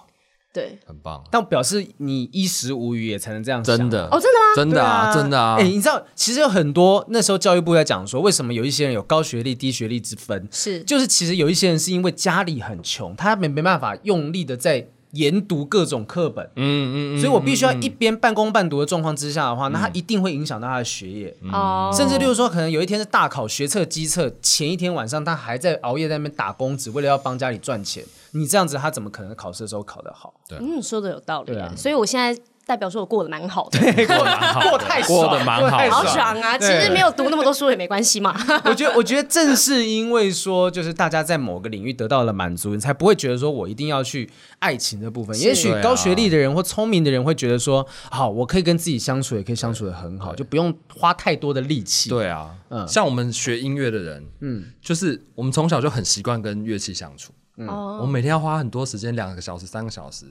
对，很棒，啊但表示你衣食无余也才能这样想啊真的哦，真的吗？真的啊，真的啊哎、，你知道，其实有很多那时候教育部在讲说，为什么有一些人有高学历、低学历之分，是就是其实有一些人是因为家里很穷，他没没办法用力的在研读各种课本，嗯嗯，所以我必须要一边半工半读的状况之下的话，那他一定会影响到他的学业。嗯哦，甚至，例如说，可能有一天是大考学测、机测，前一天晚上他还在熬夜在那边打工，只为了要帮家里赚钱。你这样子，他怎么可能考试的时候考得好？嗯，说的有道理、对啊所以我现在代表说我过得蛮好的，过得过太爽，过得蛮好的太好爽啊！其对实没有读那么多书也没关系嘛。 我觉得，我觉得正是因为说，就是大家在某个领域得到了满足，你才不会觉得说我一定要去爱情的部分。也许对啊高学历的人或聪明的人会觉得说，好，我可以跟自己相处，也可以相处的很好，就不用花太多的力气。，对啊，嗯像我们学音乐的人，嗯，就是我们从小就很习惯跟乐器相处。嗯哦，我们每天要花很嗯多时间，两个小时、三个小时，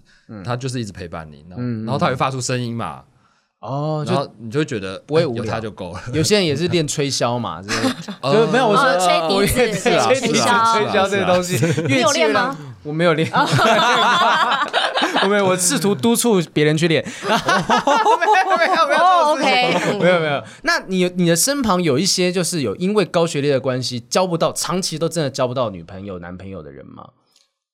他就是一直陪伴你，然后然后他会发出声音嘛，哦，嗯然 就后你就会觉得不会哎无有聊它就够了。 有些人也是练吹箫 嘛，就是就没有我哦吹笛说子我啊练对吹笛吹子箫吹箫这个东西， 你乐有器练呢吗？我没有 练， 我没有，我试图督促别人去练， 没有没有没有哦，OK，嗯 没有没有，那你你的身旁有一些就是有因为高学历的关系交不到，长期都真的交不到女朋友、男朋友的人吗？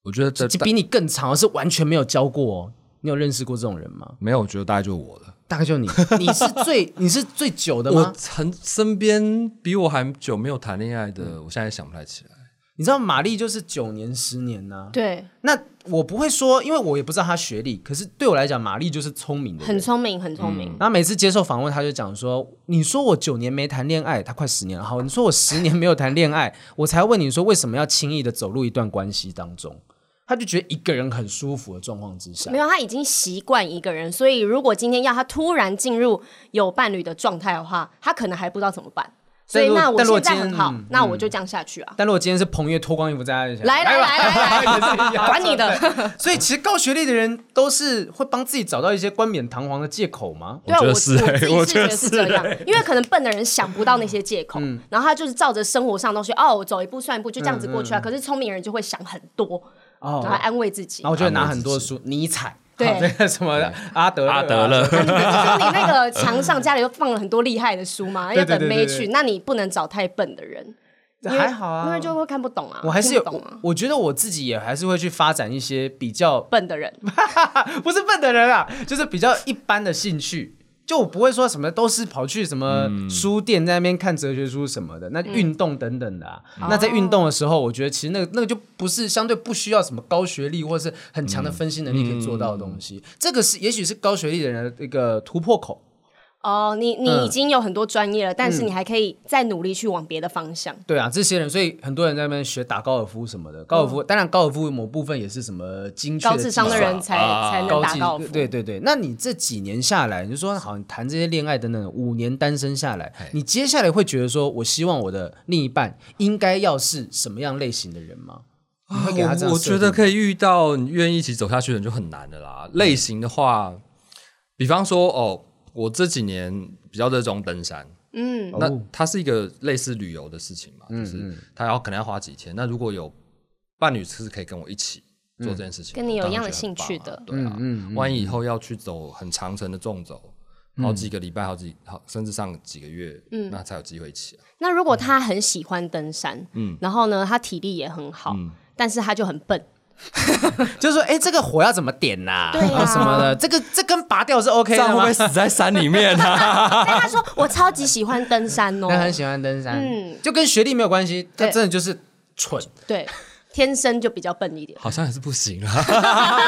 我觉得这比你更长，而是完全没有交过、哦。你有认识过这种人吗？没有，我觉得大概就是我了。大概就你，你是最 你是最久的我吗？曾身边比我还久没有谈恋爱嗯的，我现在想不太起来。你知道玛丽就是九年十年呐、对，那我不会说，因为我也不知道她学历，可是对我来讲，玛丽就是聪明的很人。聪明，很聪明。那每次接受访问，她就讲说：“你说我九年没谈恋爱，她快十年了。好，你说我十年没有谈恋爱， 我才问你说为什么要轻易的走入一段关系当中？”她就觉得一个人很舒服的状况之下没，有，他已经习惯一个人，所以如果今天要他突然进入有伴侣的状态的话，他可能还不知道怎么办。所以但如果那我但如果现在今天很好嗯，那我就这样下去啊。但如果今天是彭越脱光衣服在他面前，来来来来 来，管你的。所以其实高学历的人都是会帮自己找到一些冠冕堂皇的借口吗？对啊，我觉我得是欸自己我是觉觉得得是是这样，欸因为可能笨的人想不到那些借口，嗯然后他就是照着生活上的东西，哦，我走一步算一步，就这样子过去啊。可是聪明人就会想很多，然后嗯哦，安慰自己然后。我就会拿很多书，尼采，对好这个什么阿德勒啊阿 德 勒，就是你那个墙上家里又放了很多厉害的书嘛， 对要对等对对妹对去，那你不能找太笨的人，因为还好啊因为就会看不懂啊。我还是有听不懂啊，我觉得我自己也还是会去发展一些比较笨的人， 不是笨的人啊，就是比较一般的兴趣。就我不会说什么都是跑去什么书店在那边看哲学书什么的，嗯那运动等等的啊。哦那在运动的时候，我觉得其实那个那个就不是相对不需要什么高学历或是很强的分析能力可以做到的东西。这个是也许是高学历的人的一个突破口。哦，你嗯你已经有很多专业了，但是你还可以再努力去往别的方向。对啊，这些人，所以很多人在那边学打高尔夫什么的。高尔夫、当然，高尔夫某部分也是什么精确嗯高智商的人技才啊才巧能高打技高尔夫，对对对。那你这几年下来，你就说好，你谈这些恋爱等等，五年单身下来，你接下来会觉得说，我希望我的另一半应该要是什么样类型的人吗？你会给他这样啊我我设定觉得可以遇到你愿意一起走下去的人就很难的啦。类型的话，比方说哦，我这几年比较热衷登山，嗯，那哦它是一个类似旅游的事情嘛，嗯就是它要可能要花几天。那如果有伴侣是可以跟我一起做这件事情，嗯跟你有我当然一样的觉得兴趣的很棒啊对啊。嗯万一以后要去走很长程的纵走，好嗯几个礼拜，好几好甚至上几个月，嗯那才有机会一起啊。那如果他很喜欢登山，嗯，然后呢，他体力也很好，嗯但是他就很 笨，就是说，哎，这个火要怎么点呐、对啊然后什么的，这个这根拔掉是 OK 这的样会不吗会？死在山里面啊？ 但他说我超级喜欢登 山哦，他很喜欢登山，嗯就跟学历没有关系，他对真的就是蠢。对，天生就比较 笨一点。好像还是不行啊。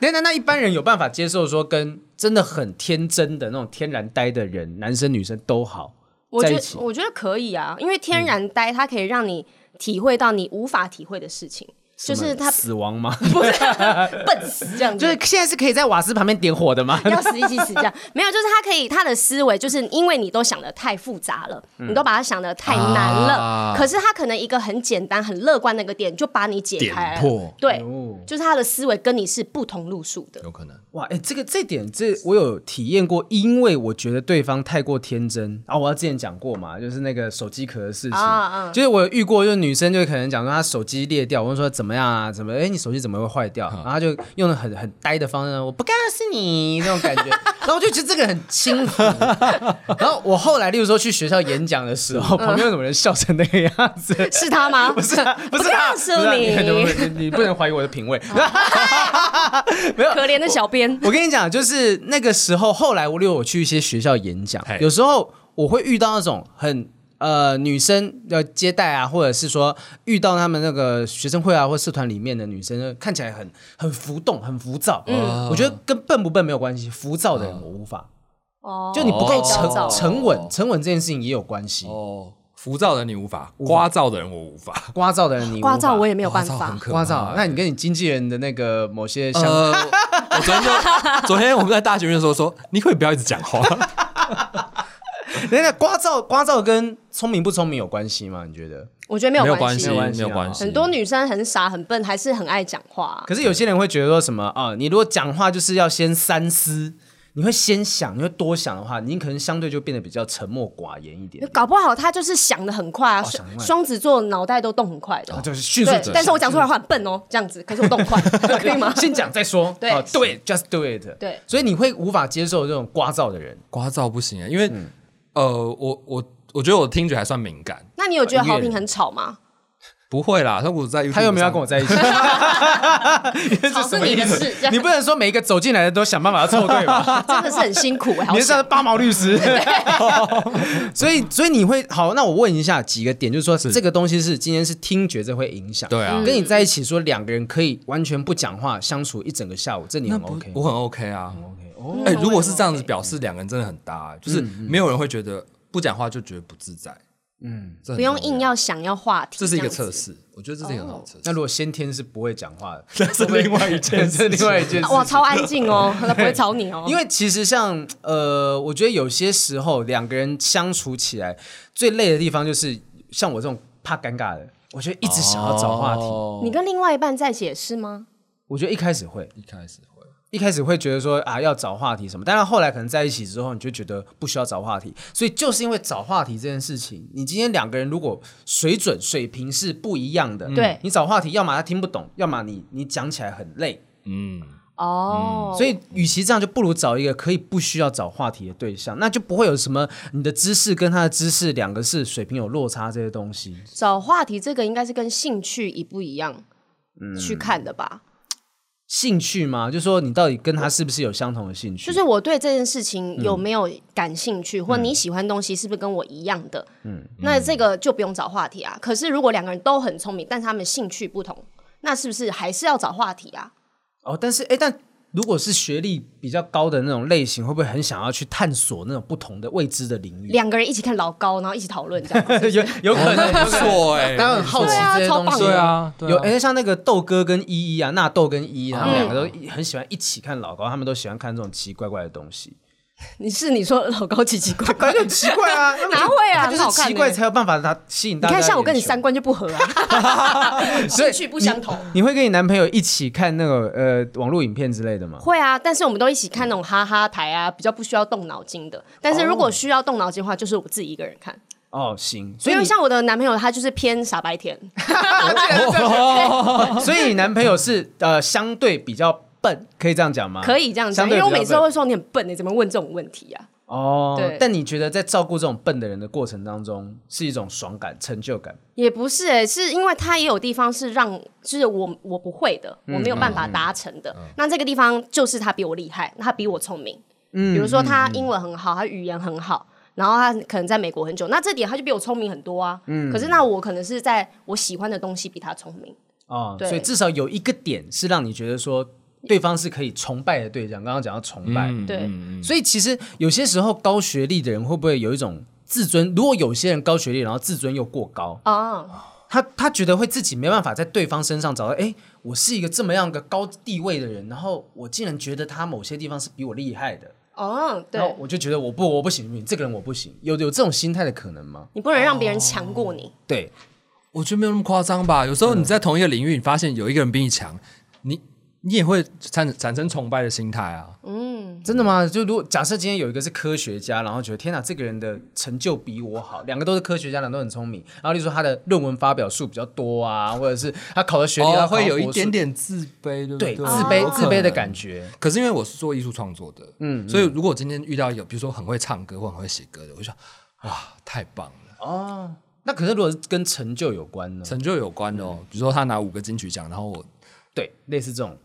那那那一般人有办法接受说跟真的很天真的那种天然呆的人，男生女生都好我在觉一得起。我觉得可以啊，因为天然呆它可以让你体会到你无法体会的事情，嗯就是 他死亡吗？笨死这样子，就是现在是可以在瓦斯旁边点火的吗？要死一起死这样，没有，就是他可以他的思维，就是因为你都想的太复杂了，嗯你都把它想的太难了，啊可是他可能一个很简单、很乐观的一个点就把你解开了点破对哦，就是他的思维跟你是不同路数的。有可能。 哇，哎、这个这点这我有体验过，因为我觉得对方太过天真啊。我之前讲过嘛，就是那个手机壳的事情，啊就是我有遇过，就是女生就可能讲说她手机裂掉，我就说怎么样啊，怎么哎、你手机怎么会坏掉？然后她就用了很很呆的方式，我不告诉你那种感觉，然后我就觉得这个很轻浮。然后我后来，例如说去学校演讲的时候，旁边有人笑成那个样子， 是他吗？不是啊，不是他，告不是诉啊你，你哦你你不能怀疑我的品味。可怜的小编。我跟你讲，就是那个时候，后来我例如我去一些学校演讲嘿，有时候我会遇到那种很呃女生要接待啊，或者是说遇到他们那个学生会啊或社团里面的女生，看起来很很浮动、很浮躁。哦嗯，我觉得跟笨不笨没有关系，浮躁的人我无法，哦， 就你不够太焦躁沉了沉稳，沉稳这件事情也有关系。哦，浮躁的你无法，刮燥的人我无法。聒噪的人你无法刮噪我也没有办刮噪法很。可怕聒噪，那你跟你经纪人的那个某些相呃，我我昨 天就昨天我们在大学院的时候说，你可以不要一直讲话。等等，刮噪刮噪跟聪明不聪明有关系吗？你觉得？我觉 得没有关系，没有关系啊没有关系。很多女生很傻很笨，还是很爱讲话啊。哦可是有些人会觉得说什么啊、你如果讲话就是要先三思，你会先想，你会多想的话，你可能相对就变得比较沉默寡言一点点，搞不好他就是想的很快啊，哦想得很快双子座脑袋都动很快的。啊就是迅速对走，但是我讲出来的话很笨哦，这样子，可是我动 快，可以吗？先讲再说，对啊对，just do it，对所以你会无法接受这种聒噪的人，刮噪不行啊、因为、嗯呃，我我我觉得我听觉还算敏感，那你有觉得音乐好人评很吵吗？不会啦。他我在 YouTube 他又没有要跟我上在一起， 吵吵是哦你的事，这样你不能说每一个走进来的都想办法要凑对吧？啊真的是很辛苦哎，好你是想八毛律师， 所以所以你会好，那我问一下几个点，就是说这个东西是今天是听觉这会影响，对啊跟你在一起说两个人可以完全不讲话相处一整个下午，这你那很不 OK 吗我很 OK 啊。哦嗯哎、嗯如我也果很是这样子，表示两个人真的很搭、欸，就是没有人会觉得不讲话就觉得不自在。嗯，不用硬，要想要话题，这是一个样子测。试，我觉得这是一个很好的测试。那如果先天是不会讲话的， 那是另外一这 是另外一件事。哇，超安静 哦，他不会吵你哦。因为为其实像呃，我觉得有些时候两个人相处起来最累的地方就是像我这种怕尴尬的，我觉得一直想要找话题。哦你跟另外一半在一起也是吗？我觉得一开始会，一开始会，一开始会觉得说啊要找话题什么，但是后来可能在一起之后，你就觉得不需要找话题。所以就是因为找话题这件事情，你今天两个人如果水准水平是不一样的，对你找话题，要么他听不懂，要么你你讲起来很累。嗯，哦，所以，与其这样，就不如找一个可以不需要找话题的对象，那就不会有什么你的知识跟他的知识两个是水平有落差这些东西。找话题这个应该是跟兴趣一不一样嗯去看的吧？兴趣吗？就说你到底跟他是不是有相同的兴趣？就是我对这件事情嗯有没有感兴趣，或你喜欢东西是不是跟我一样的？嗯，那这个就不用找话题啊。可是如果两个人都很聪明，但他们兴趣不同，那是不是还是要找话题啊？哦，但是哎，但如果是学历比较高的那种类型，会不会很想要去探索那种不同的未知的领域？两个人一起看老高，然后一起讨论这样 子。有有可能，不错 哎、大家很好奇对啊这些超东棒西。的对啊，对啊有哎、像那个豆哥跟依依啊，纳豆跟依依，他们嗯两个都一很喜欢一起看老高，他们都喜欢看这种奇奇怪怪的东西。你是你说老高奇奇怪怪感觉很奇怪 啊，他们就哪会他啊就很好是看奇怪欸才有办法他吸引你大家的眼看，球。像我跟你三观就不合啊， 所兴以趣不相同。你会跟你男朋友一起看那个呃网络影片之类的吗？会啊，但是我们都一起看那种哈哈台啊，比较不需要动脑筋的。但是如果需要动脑筋的话，就是我自己一个人看。哦，行，所以因为你像我的男朋友，他就是偏傻白甜， 所以你男朋友是呃相对比较笨，可以这样讲吗？可以这样相讲，因对为我比较每次都笨会说你很笨，你怎么问这种问题啊？哦对。但你觉得在照顾这种笨的人的过程当中，是一种爽感、成就感？也不是哎、是因为他也有地方是让，就是我我不会的，我没有办法达成的。那这个地方就是他比我厉害，他比我聪明。比如说他英文很好，他语言很好，然后他可能在美国很久，那这点他就比我聪明很多啊。可是那我可能是在我喜欢的东西比他聪明。哦，对所以至少有一个点是让你觉得说对方是可以崇拜的对象。刚刚讲到崇拜，嗯对嗯嗯所以其实有些时候高学历的人会不会有一种自尊？如果有些人高学历，然后自尊又过高，啊，他他觉得会自己没办法在对方身上找到，哎，我是一个这么样的高地位的人，然后我竟然觉得他某些地方是比我厉害的，哦，然后对，我就觉得我不我不行，这个人我不行，有有这种心态的可能吗？你不能让别人强过你。对，我觉得没有那么夸张吧。有时候你在同一个领域，你发现有一个人比你强，你你也会产产生崇拜的心态啊。真的吗？就如果假设今天有一个是科学家，然后觉得天哪，这个人的成就比我好，两个都是科学家，两个都很聪明，然后例如说他的论文发表数比较多啊，或者是他考的学历、他哦，考的会有一博士点点自卑，对不对对？哦自卑有可自能卑的感觉。可是因为我是做艺术创作的，嗯，所以如果今天遇到一个，比如说很会唱歌或很会写歌的，我就想，哇，太棒了，那可是如果是跟成就有关呢？成就有关的哦。比如说他拿五个金曲奖，然后我对，类似这种。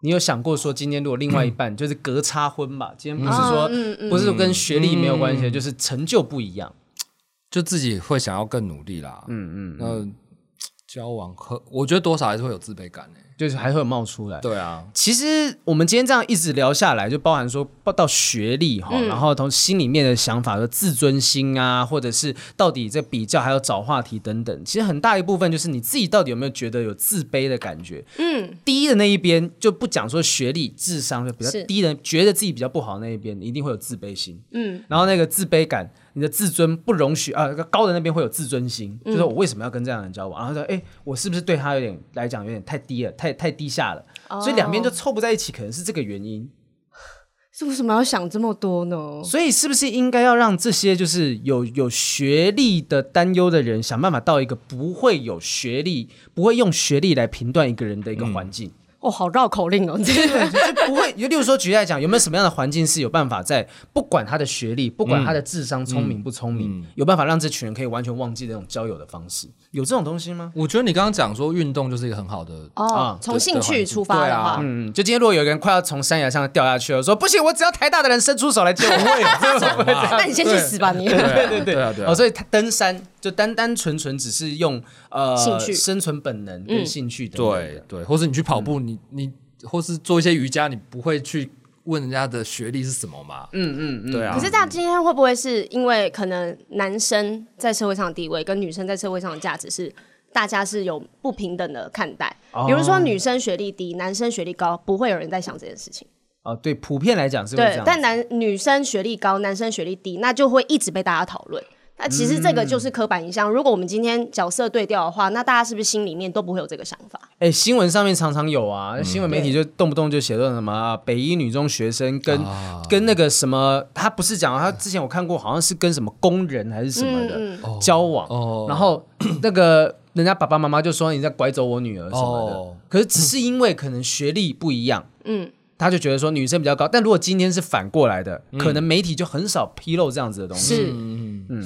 你有想过说，今天如果另外一半就是隔差婚吧？今天不是说，嗯不是跟学历没有关系的，就是成就不一样。就自己会想要更努力啦，嗯嗯，那交往和我觉得多少还是会有自卑感诶、欸就是还会有冒出来。对啊，其实我们今天这样一直聊下来，就包含说报到学历哈，然后从心里面的想法和自尊心啊，或者是到底在比较，还有找话题等等，其实很大一部分就是你自己到底有没有觉得有自卑的感觉。嗯，低的那一边就不讲说学历、智商就比较是低的，觉得自己比较不好的那一边，你一定会有自卑心。嗯，然后那个自卑感，你的自尊不容许啊，高的那边会有自尊心，嗯就是我为什么要跟这样的人交往？然后说，哎，我是不是对他有点来哦讲有点太低了，太太低下了？所以两边就凑不在一起，可能是这个原因。是为什么要想这么多呢？所以是不是应该要让这些就是有有学历的担忧的人，想办法到一个不会有学历、不会用学历来评断一个人的一个环境？哦，好绕口令哦，这个就不会，例如说举例来讲，有没有什么样的环境是有办法在不管他的学历、不嗯管他的智商聪明不聪明，有办法让这群人可以完全忘记那种交友的方式？有这种东西吗？我觉得你刚刚讲说运动就是一个很好的，哦，从兴趣出发的话，嗯，就今天如果有一个人快要从山崖上掉下去了，说不行，我只要台大的人伸出手来救我，会有这 种嘛 那你先去死吧你！对啊对对对啊对啊哦，所以他登山就单单纯纯只是用呃兴趣嗯生存本能跟兴趣等等的。对对，或是你去跑步，你你或是做一些瑜伽，你不会去问人家的学历是什么嘛？嗯嗯，对 啊。可是这样今天会不会是因为可能男生在社会上的地位跟女生在社会上的价值是大家是有不平等的看待？哦比如说女生学历低，男生学历高，不会有人在想这件事情。哦，对，普遍来讲是会这对样，。但男女生学历高，男生学历低，那就会一直被大家讨论。那其实这个嗯就是刻板印象。如果我们今天角色对调的话，那大家是不是心里面都不会有这个想法？哎，新闻上面常常有嗯啊，新闻媒体就动不动就写论什么啊北一女中学生跟、啊跟那个什么，他不是讲啊他之前我看过，好像是跟什么工人还是什么的、嗯交往，哦然后那个人家爸爸妈妈就说你在拐走我女儿什么的，哦可是只是因为可能学历不一样，嗯。他就觉得说女生比较高，但如果今天是反过来的，嗯可能媒体就很少披露这样子的东西。是，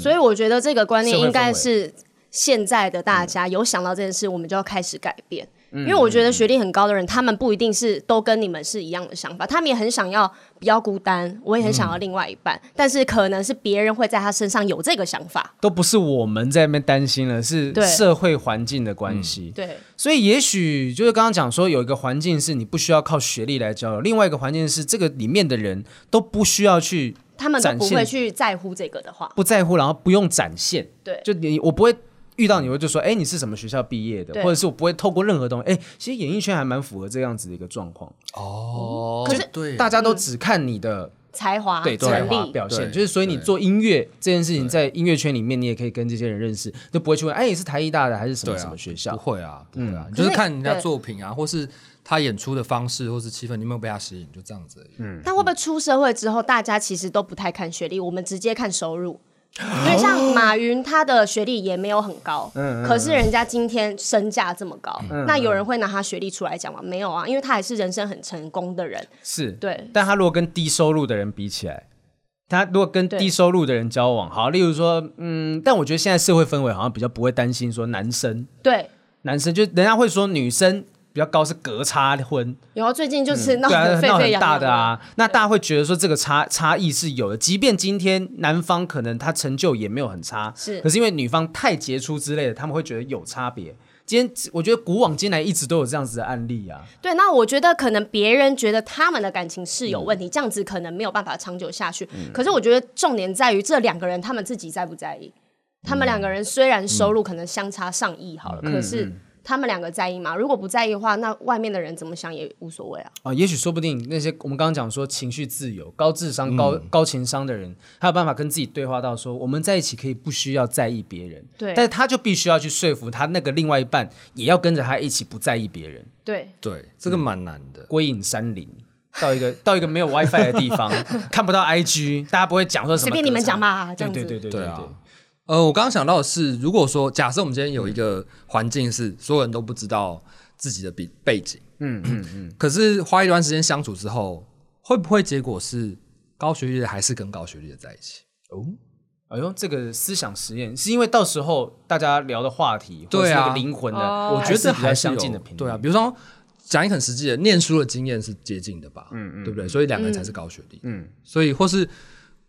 所以我觉得这个观嗯念社会氛围应该是现在的大家有想到这件事，我们就要开始改变。嗯因为我觉得学历很高的人，他们不一定是都跟你们是一样的想法，他们也很想要比较孤单，我也很想要另外一半，但是可能是别人会在他身上有这个想法。都不是我们在那边担心了，是对社会环境的关系。嗯对，所以也许就是刚刚讲说，有一个环境是你不需要靠学历来交流，另外一个环境是这个里面的人都不需要去他们都展不现会去在乎这个的话，不在乎，然后不用展现。对就你我不会。遇到你我就说，哎、你是什么学校毕业的？对或者是我不会透过任何东西。哎、其实演艺圈还蛮符合这样子的一个状况，哦，可是对嗯大家都只看你的、才华、对才能华力，表现，对就是所以你做音乐这件事情，在音乐圈里面，你也可以跟这些人认识，就不会去问，哎、你是台艺大的还是什对么啊，什么学校嗯不？会啊，不会啊，可你就是是看人家对作品啊，或是他演出的方式，或是气氛，你有没有被他吸引，就这样子而已。嗯但会不会出社会之后，大家其实都不太看学历，我们直接看收入？因为像哦马云，他的学历也没有很高，嗯可是人家今天身价这么高，那有人会拿他学历出来讲吗？没有啊，因为他还是人生很成功的人。是对但他如果跟低收入的人比起来，他如果跟对低收入的人交往，好，例如说，嗯，但我觉得现在社会氛围好像比较不会担心说男生，对，男生就人家会说女生比较高是隔差婚，然后最近就是闹对啊得，沸闹沸很扬扬大的，啊，那大家会觉得说这个差差异是有的，即便今天男方可能他成就也没有很差，是可是因为女方太杰出之类的，他们会觉得有差别。今天我觉得古往今来一直都有这样子的案例啊，对，那我觉得可能别人觉得他们的感情是嗯有问题，这样子可能没有办法长久下去。可是我觉得重点在于这两个人他们自己在不在意。他们两个人虽然嗯收入可能相差上亿好了，可是他们两个在意吗？如果不在意的话，那外面的人怎么想也无所谓啊。啊，也许说不定那些我们刚刚讲说情绪自由、高智商、高、嗯高情商的人，他有办法跟自己对话到说，我们在一起可以不需要在意别人，对但是他就必须要去说服他那个另外一半，也要跟着他一起不在意别人，对，对，这个蛮难的。归隐山林。到一个到一个没有 WiFi 的地 方，看不到 IG，大家不会讲说什么，随便你们讲。吧，这对样子。对对对对啊。呃，我刚刚想到的是，如果说假设我们今天有一个环境是所有人都不知道自己的背背景，嗯嗯嗯，可是花一段时间相处之后，会不会结果是高学历的还是跟高学历的在一起？哎呦，这个思想实验是因为到时候大家聊的话题，或者是对啊那个灵魂的，哦我我觉得还还是比较是有相近的频率。对啊，，比如说讲一个很实际的，念书的经验是接近的吧，嗯嗯，对不对？所以两个人才是高学历，嗯，所以或是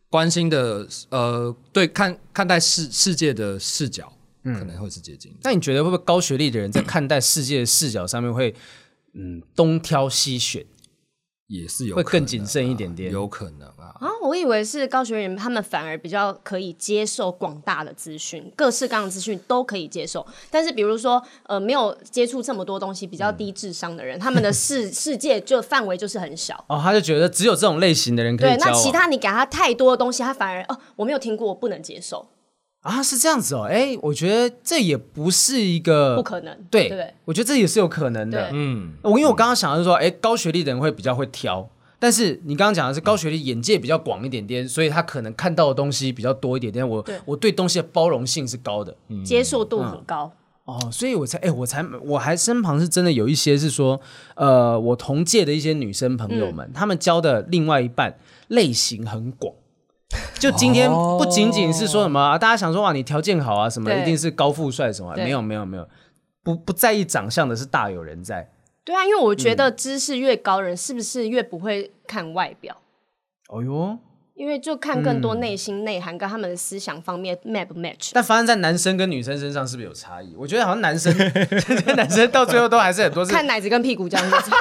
关心的呃，对看看待世世界的视角，嗯可能会是接近的。那你觉得会不会高学历的人在看待世界的视角上面会，嗯，东挑西选，也是有会可更能谨慎一啊点点有可能啊。啊，我以为是高学人，他们反而比较可以接受广大的资讯，各式各样的资讯都可以接受。但是比如说，呃，没有接触这么多东西，比较嗯低智商的人，他们的世 世界就范围就是很小。哦，他就觉得只有这种类型的人可对以，交那往。其他你给他太多的东西，他反而哦，我没有听过，我不能接受，啊是这样子哦，哎，我觉得这也不是一个不可能。呃对，对不对我觉得这也是有可能的对。嗯，我因为我刚刚想的是说，哎，高学历的人会比较会挑。但是你刚刚讲的是高学历眼界比较广一点点，所以他可能看到的东西比较多一点点。我对我对东西的包容性是高的。接受度很高。哦，所以我才，哎、我才，我还身旁是真的有一些是说，呃，我同届的一些女生朋嗯友们，她、们交的另外一半类型很广。就今天哦不仅仅是说什么、啊大家想说哇，你条件好啊，什么对一定是高富帅什么啊，对没有没有没有，不不在意长相的是大有人在。对啊，因为我觉嗯得知识越高，人是不是越不会看外表？哦哟，因为就看更多内心内涵跟他们的思想方面 match 不 match。嗯但发生在男生跟女生身上是不是有差异？我觉得好像男生 男生到最后都还是很多是看奶子跟屁股这样子，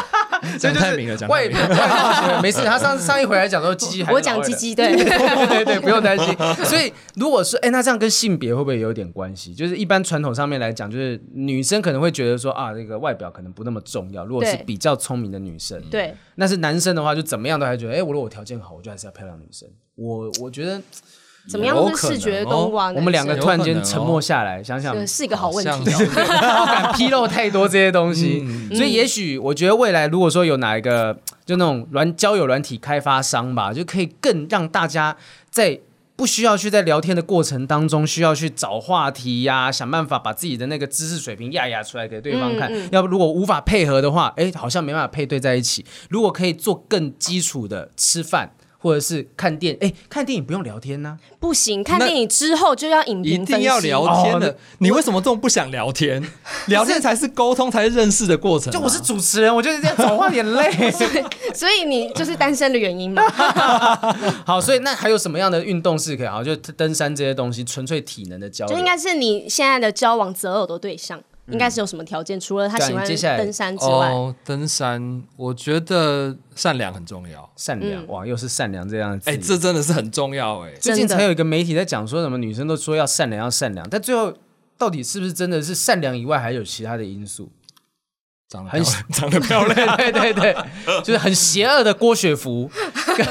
这讲就是太明了，讲太外明表了。外表没事，他上上一回来讲说鸡鸡还是我老讲二鸡的鸡，对， 对对对，不用担心。所以如果是哎、那这样跟性别会不会有点关系？就是一般传统上面来讲，就是女生可能会觉得说啊，那个外表可能不那么重要。如果是对比较聪明的女生，对，那是男生的话，就怎么样都还觉得，哎、我如果我条件好，我就还是要漂亮的女生。我我觉得 怎么样有都可是视觉能哦动物啊。我们两个男突然间有可能哦沉默下来，想想生对是一个好问好题像哦。不 敢披露太多这些东西，所以也许我觉得未来如果说有哪一个就那种软交友软体开发商吧，就可以更让大家在不需要去在聊天的过程当中需要去找话题呀、想办法把自己的那个知识水平压压出来给对方看。要不如果无法配合的话，哎，好像没办法配对在一起。如果可以做更基础的吃饭。或者是看电，哎，看电影不用聊天呢、不行，看电影之后就要影一评分析，定要聊天哦的，你为什么这么不想聊 天？聊天才是沟通，才是认识的过程啊。 就我是主持人，我就是这样找话点 累。 所以你就是单身的原因 嘛？好，所以那还有什么样的运动是可以好？就登山这些东西，纯粹体能的交流。就应该是你现在的交往择偶的对象，应该是有什么条件？除了他喜对欢你接下来登山之外，哦，登山，我觉得善良很重要。善嗯良、哇，又是善良这样子。哎、这真的是很重要哎、最近真的才有一个媒体在讲说什么女生都说要善良要善良，但最后到底是不是真的是善良以外还有其他的因素？ 长得很很 长得漂亮，对对对，就是很邪恶的郭雪芙，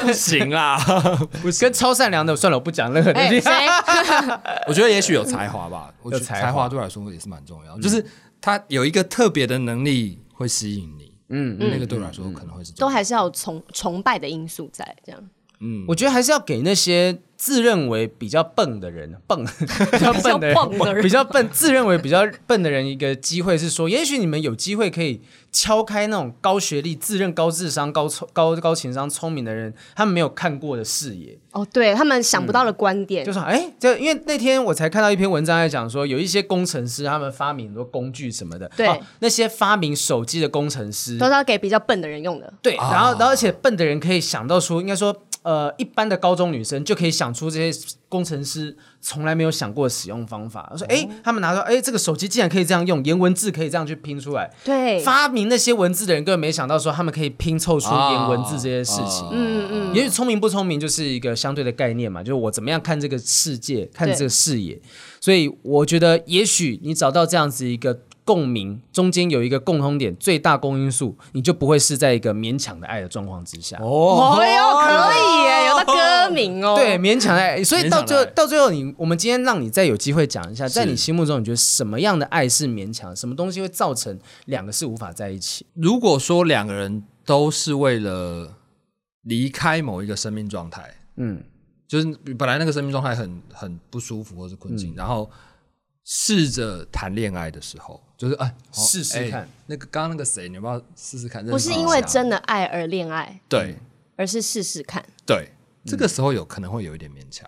不行啊啦，不行。跟超善良的，算了，我不讲任何东 哎，西。谁？我觉得也许有才华吧，我觉得有才华才华对嗯我来说也是蛮重要，就是他有一个特别的能力会吸引你，嗯，那个对我来说可能会是都重要嗯还是要有崇崇拜的因素在，这样我觉得还是要给那些自认为比较笨的人，笨 比较笨的人，比较笨的人比较笨自认为比较笨的人一个机会是说，也许你们有机会可以敲开那种高学历、自认高智商、高聪高高情商、聪明的人，他们没有看过的视野。哦，对他们想不到的观点就，是哎，这因为那天我才看到一篇文章在讲说，有一些工程师他们发明很多工具什么的，对哦那些发明手机的工程师都是要给比较笨的人用的。对，然后，然后而且笨的人可以想到出，应该说，呃，一般的高中女生就可以想出这些工程师从来没有想过的使用方法。说，哎，他们拿到，哎，这个手机竟然可以这样用，颜文字可以这样去拼出来。对，发明那些文字的人根本没想到说他们可以拼凑啊出颜文字这些事情。嗯嗯，也许聪明不聪明就是一个相对的概念嘛，就是我怎么样看这个世界，看这个视野。所以我觉得，也许你找到这样子一个共鸣，中间有一个共通点，最大公因数，你就不会是在一个勉强的爱的状况之下。哦哦哟，可以耶，有的歌名哦。对，，勉强的爱，所以到最后勉强的爱到最后你，我们今天让你再有机会讲一下，在是你心目中，你觉得什么样的爱是勉强，什么东西会造成两个是无法在一起？如果说两个人都是为了离开某一个生命状态，嗯，就是本来那个生命状态很很不舒服或是困嗯境，然后试着谈恋爱的时候，就是哎，好试试看哎那个刚刚那个谁，你要不要试试看？不是认识一因为下真的爱而恋爱，对而是试试看。对，嗯这个时候有可能会有一点勉强，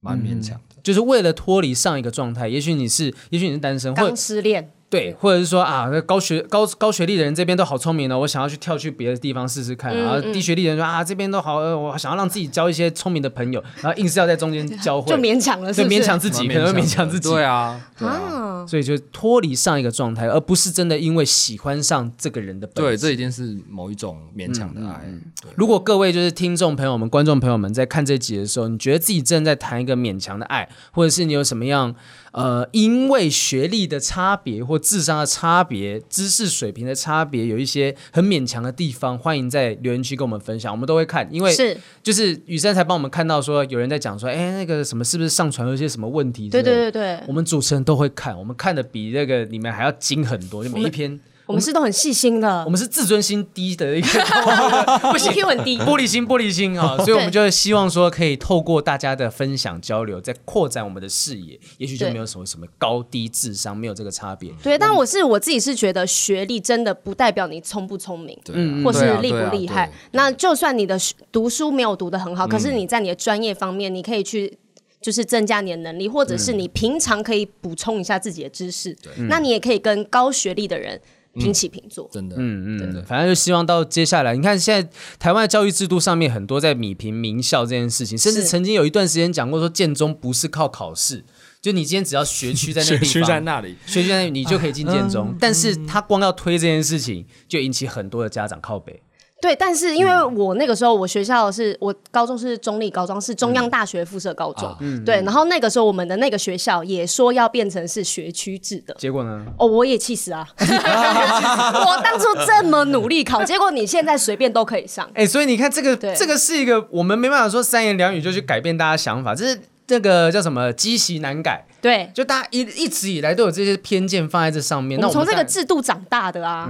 蛮勉强的。就是为了脱离上一个状态，也许你是，也许你是单身，或刚失恋，对，或者是说啊，那高学高高学历的人这边都好聪明哦，我想要去跳去别的地方试试看。嗯然后低学历的人说啊，这边都好，呃我想要让自己交一些聪明的朋友，然后硬是要在中间交会，就勉强了，是就不是？勉强自己，可蛮能会勉的强自己。对啊，对啊啊，所以就脱离上一个状态，而不是真的因为喜欢上这个人的本对，质。这已经是某一种勉强嗯的爱。对如果各位就是听众朋友们、观众朋友们在看这集的时候，你觉得自己正在谈一个勉强的爱，或者是你有什么样呃，因为学历的差别或智商的差别、知识水平的差别，有一些很勉强的地方，欢迎在留言区跟我们分享，我们都会看，因为是就是雨珊才帮我们看到说有人在讲说，哎，那个什么是不是上传有一些什么问题？对对对对我。们主持人都会看，我们看的比那个你们还要精很多，就每一篇我们是都很细心的我，们是自尊心低的一 个，不行 EQ 很低玻璃心，玻璃心 啊！所以我们就希望说，可以透过大家的分享交流，再扩展我们的视野，也许就对没有什么什么高低智商，没有这个差别。对，但我是我自己是觉得学历真的不代表你聪不聪明，对嗯啊嗯或是对啊厉不对啊厉害对。那就算你的学读书没有读得很好，可是嗯你在你的专业方面，你可以去。就是增加你的能力，或者是嗯你平常可以补充一下自己的知识，那你也可以跟高学历的人平起平坐。真的，嗯，反正就希望到接下来，你看现在台湾的教育制度上面很多在米评名校这件事情，甚至是曾经有一段时间讲过说，建中不是靠考试，就你今天只要学区在那个地学方，区在那嗯里，学区在那里你就可以进建中，但是他光要推这件事情，就引起很多的家长靠北。对，但是因为我那个时候，我学校是我高中是中立高中，是中央大学附设高中。对，然后那个时候我们的那个学校也说要变成是学区制的。结果呢？哦，我也气死 啊！我当初这么努力考，结果你现在随便都可以 上。哎、所以你看，这个对这个是一个我们没办法说三言两语就去改变大家想法，这是这个叫什么积习难改，对，就大家一一直以来都有这些偏见放在这上面。哎我那们从这个当制度长大的啊。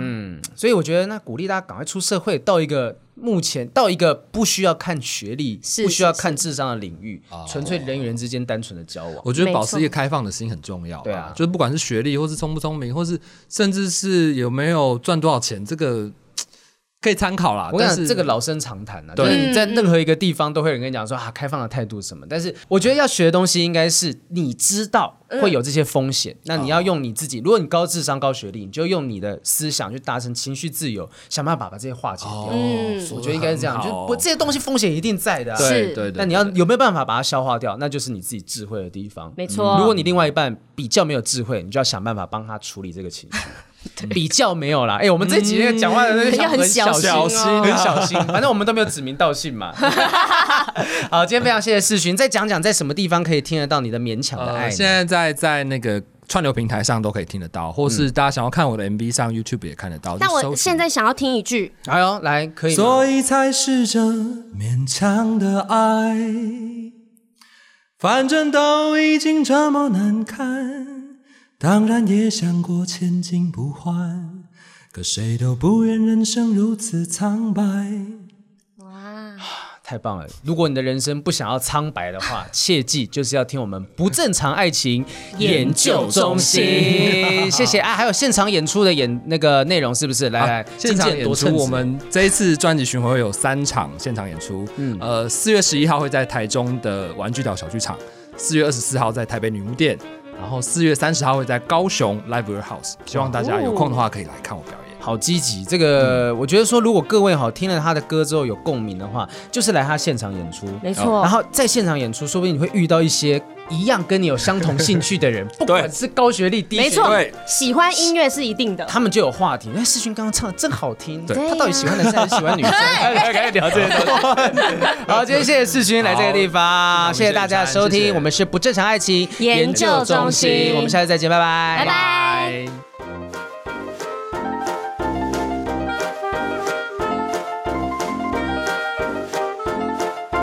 所以我觉得那鼓励大家赶快出社会，到一个目前到一个不需要看学历、是不需要是看智商的领域，纯粹人与人之间单纯的交往。我觉得没保持一个错开放的心很重要。对啊就是不管是学历，或是聪不聪明，或是甚至是有没有赚多少钱，这个可以参考啦。我跟你啊讲，但是这个老生常谈啊，就对是你在任何一个地方都会有人跟你讲说啊，开放的态度是什么。但是我觉得要学的东西应该是你知道会有这些风险，那你要用你自己。如果你高智商、高学历，你就用你的思想去达成情绪自由，想办法把这些化解掉。嗯我觉得应该是这样，就是不这些东西风险一定在的啊、对是对对，对那你要有没有办法把它消化掉，那就是你自己智慧的地方。没错如果你另外一半比较没有智慧，你就要想办法帮他处理这个情绪。比较没有啦，哎、我们这几天讲话的那个嗯要很小啊小心哦很小心。嗯 反正我们都没有指名道姓 嘛。好，今天非常谢谢世勋，再讲讲在什么地方可以听得到你的勉强的爱呃，呢。现在在在那个串流平台上都可以听得到，或嗯是大家想要看我的 MV 上 YouTube 也看得到。但就搜我寻现在想要听一句，哎呦，来可以吗，所以才试着勉强的爱，反正都已经这么难看，当然也想过千金不换，可谁都不愿人生如此苍白。太棒了！如果你的人生不想要苍白的话，切记就是要听我们不正常爱情研究中心。 谢谢啊！还有现场演出的演那个内容是不是？来来，啊现场进见演多称出，职我们这一次专辑巡回会有三场现场演出。嗯，呃，四月十一号会在台中的玩具岛小剧场，四月二十四号在台北女巫店，然后四月三十号会在高雄 Live Warehouse。希望大家有空的话可以来看我表演。好积极。这个、我觉得说，如果各位好听了他的歌之后有共鸣的话，就是来他现场演出。没错然，后在现场演出，说不定你会遇到一些一样跟你有相同兴趣的 人，不管是高学历、低学历，没错对，喜欢音乐是一定的。他们就有话题。哎，世勋刚刚唱的真好听，对他到底喜欢男生还是喜欢女生？哎大家开始聊这些东西。好，今天谢谢世勋来这个地好方，谢谢大家的收谢谢听，我们是不正常爱情研究中心我们下次再见，拜拜，拜拜。